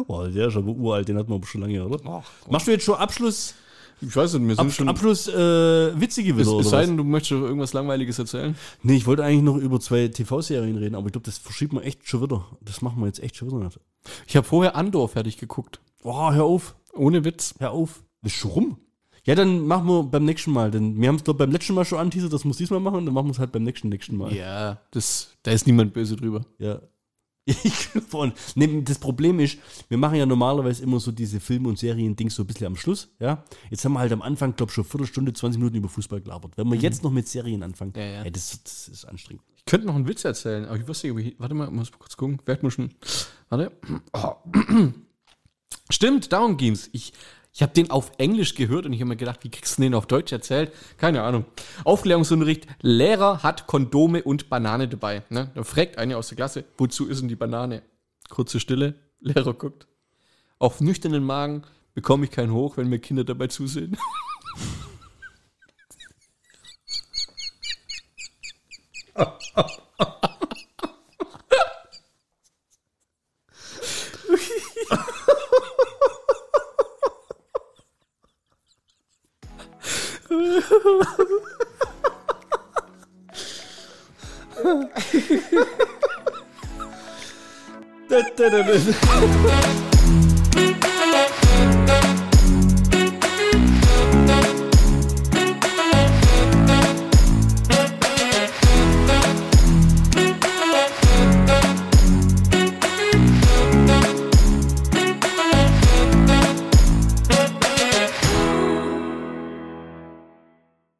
Speaker 1: Boah, der ist aber uralt, den hat man schon lange, oder? Machst du jetzt schon Abschluss,
Speaker 2: Ich weiß nicht, wir sind
Speaker 1: Ab, Abschluss äh, witzige
Speaker 2: es,
Speaker 1: Witze
Speaker 2: es
Speaker 1: oder
Speaker 2: sei
Speaker 1: was?
Speaker 2: denn, du möchtest doch irgendwas Langweiliges erzählen.
Speaker 1: Nee, ich wollte eigentlich noch über zwei TV-Serien reden, aber ich glaube, das verschieben wir echt schon wieder. Das machen wir jetzt echt schon wieder nicht.
Speaker 2: Ich habe vorher Andor fertig geguckt.
Speaker 1: Boah, hör auf,
Speaker 2: Ohne Witz.
Speaker 1: hör auf. Ist schon rum? Ja, dann machen wir beim nächsten Mal. Denn wir haben es, glaube beim letzten Mal schon anteasert, das muss diesmal machen, dann machen wir es halt beim nächsten, nächsten Mal.
Speaker 2: Ja, das, da ist niemand böse drüber.
Speaker 1: Ja. Ich, von, nee, das Problem ist, wir machen ja normalerweise immer so diese Filme- und Serien-Dings so ein bisschen am Schluss. Ja? Jetzt haben wir halt am Anfang, glaube ich, schon eine Viertelstunde, 20 Minuten über Fußball gelabert. Wenn wir jetzt noch mit Serien anfangen,
Speaker 2: Mhm. Ja, ja.
Speaker 1: ey, das, das ist anstrengend.
Speaker 2: Ich könnte noch einen Witz erzählen, aber ich weiß nicht, ob ich. Warte mal, muss kurz gucken. Werd muss schon. Warte. Oh. Stimmt, darum ging's. Ich, ich habe den auf Englisch gehört und ich habe mir gedacht, wie kriegst du den auf Deutsch erzählt? Keine Ahnung. Aufklärungsunterricht. Lehrer hat Kondome und Banane dabei. Ne? Da fragt eine aus der Klasse, wozu ist denn die Banane? Kurze Stille. Lehrer guckt. Auf nüchternen Magen bekomme ich keinen Hoch, wenn mir Kinder dabei zusehen.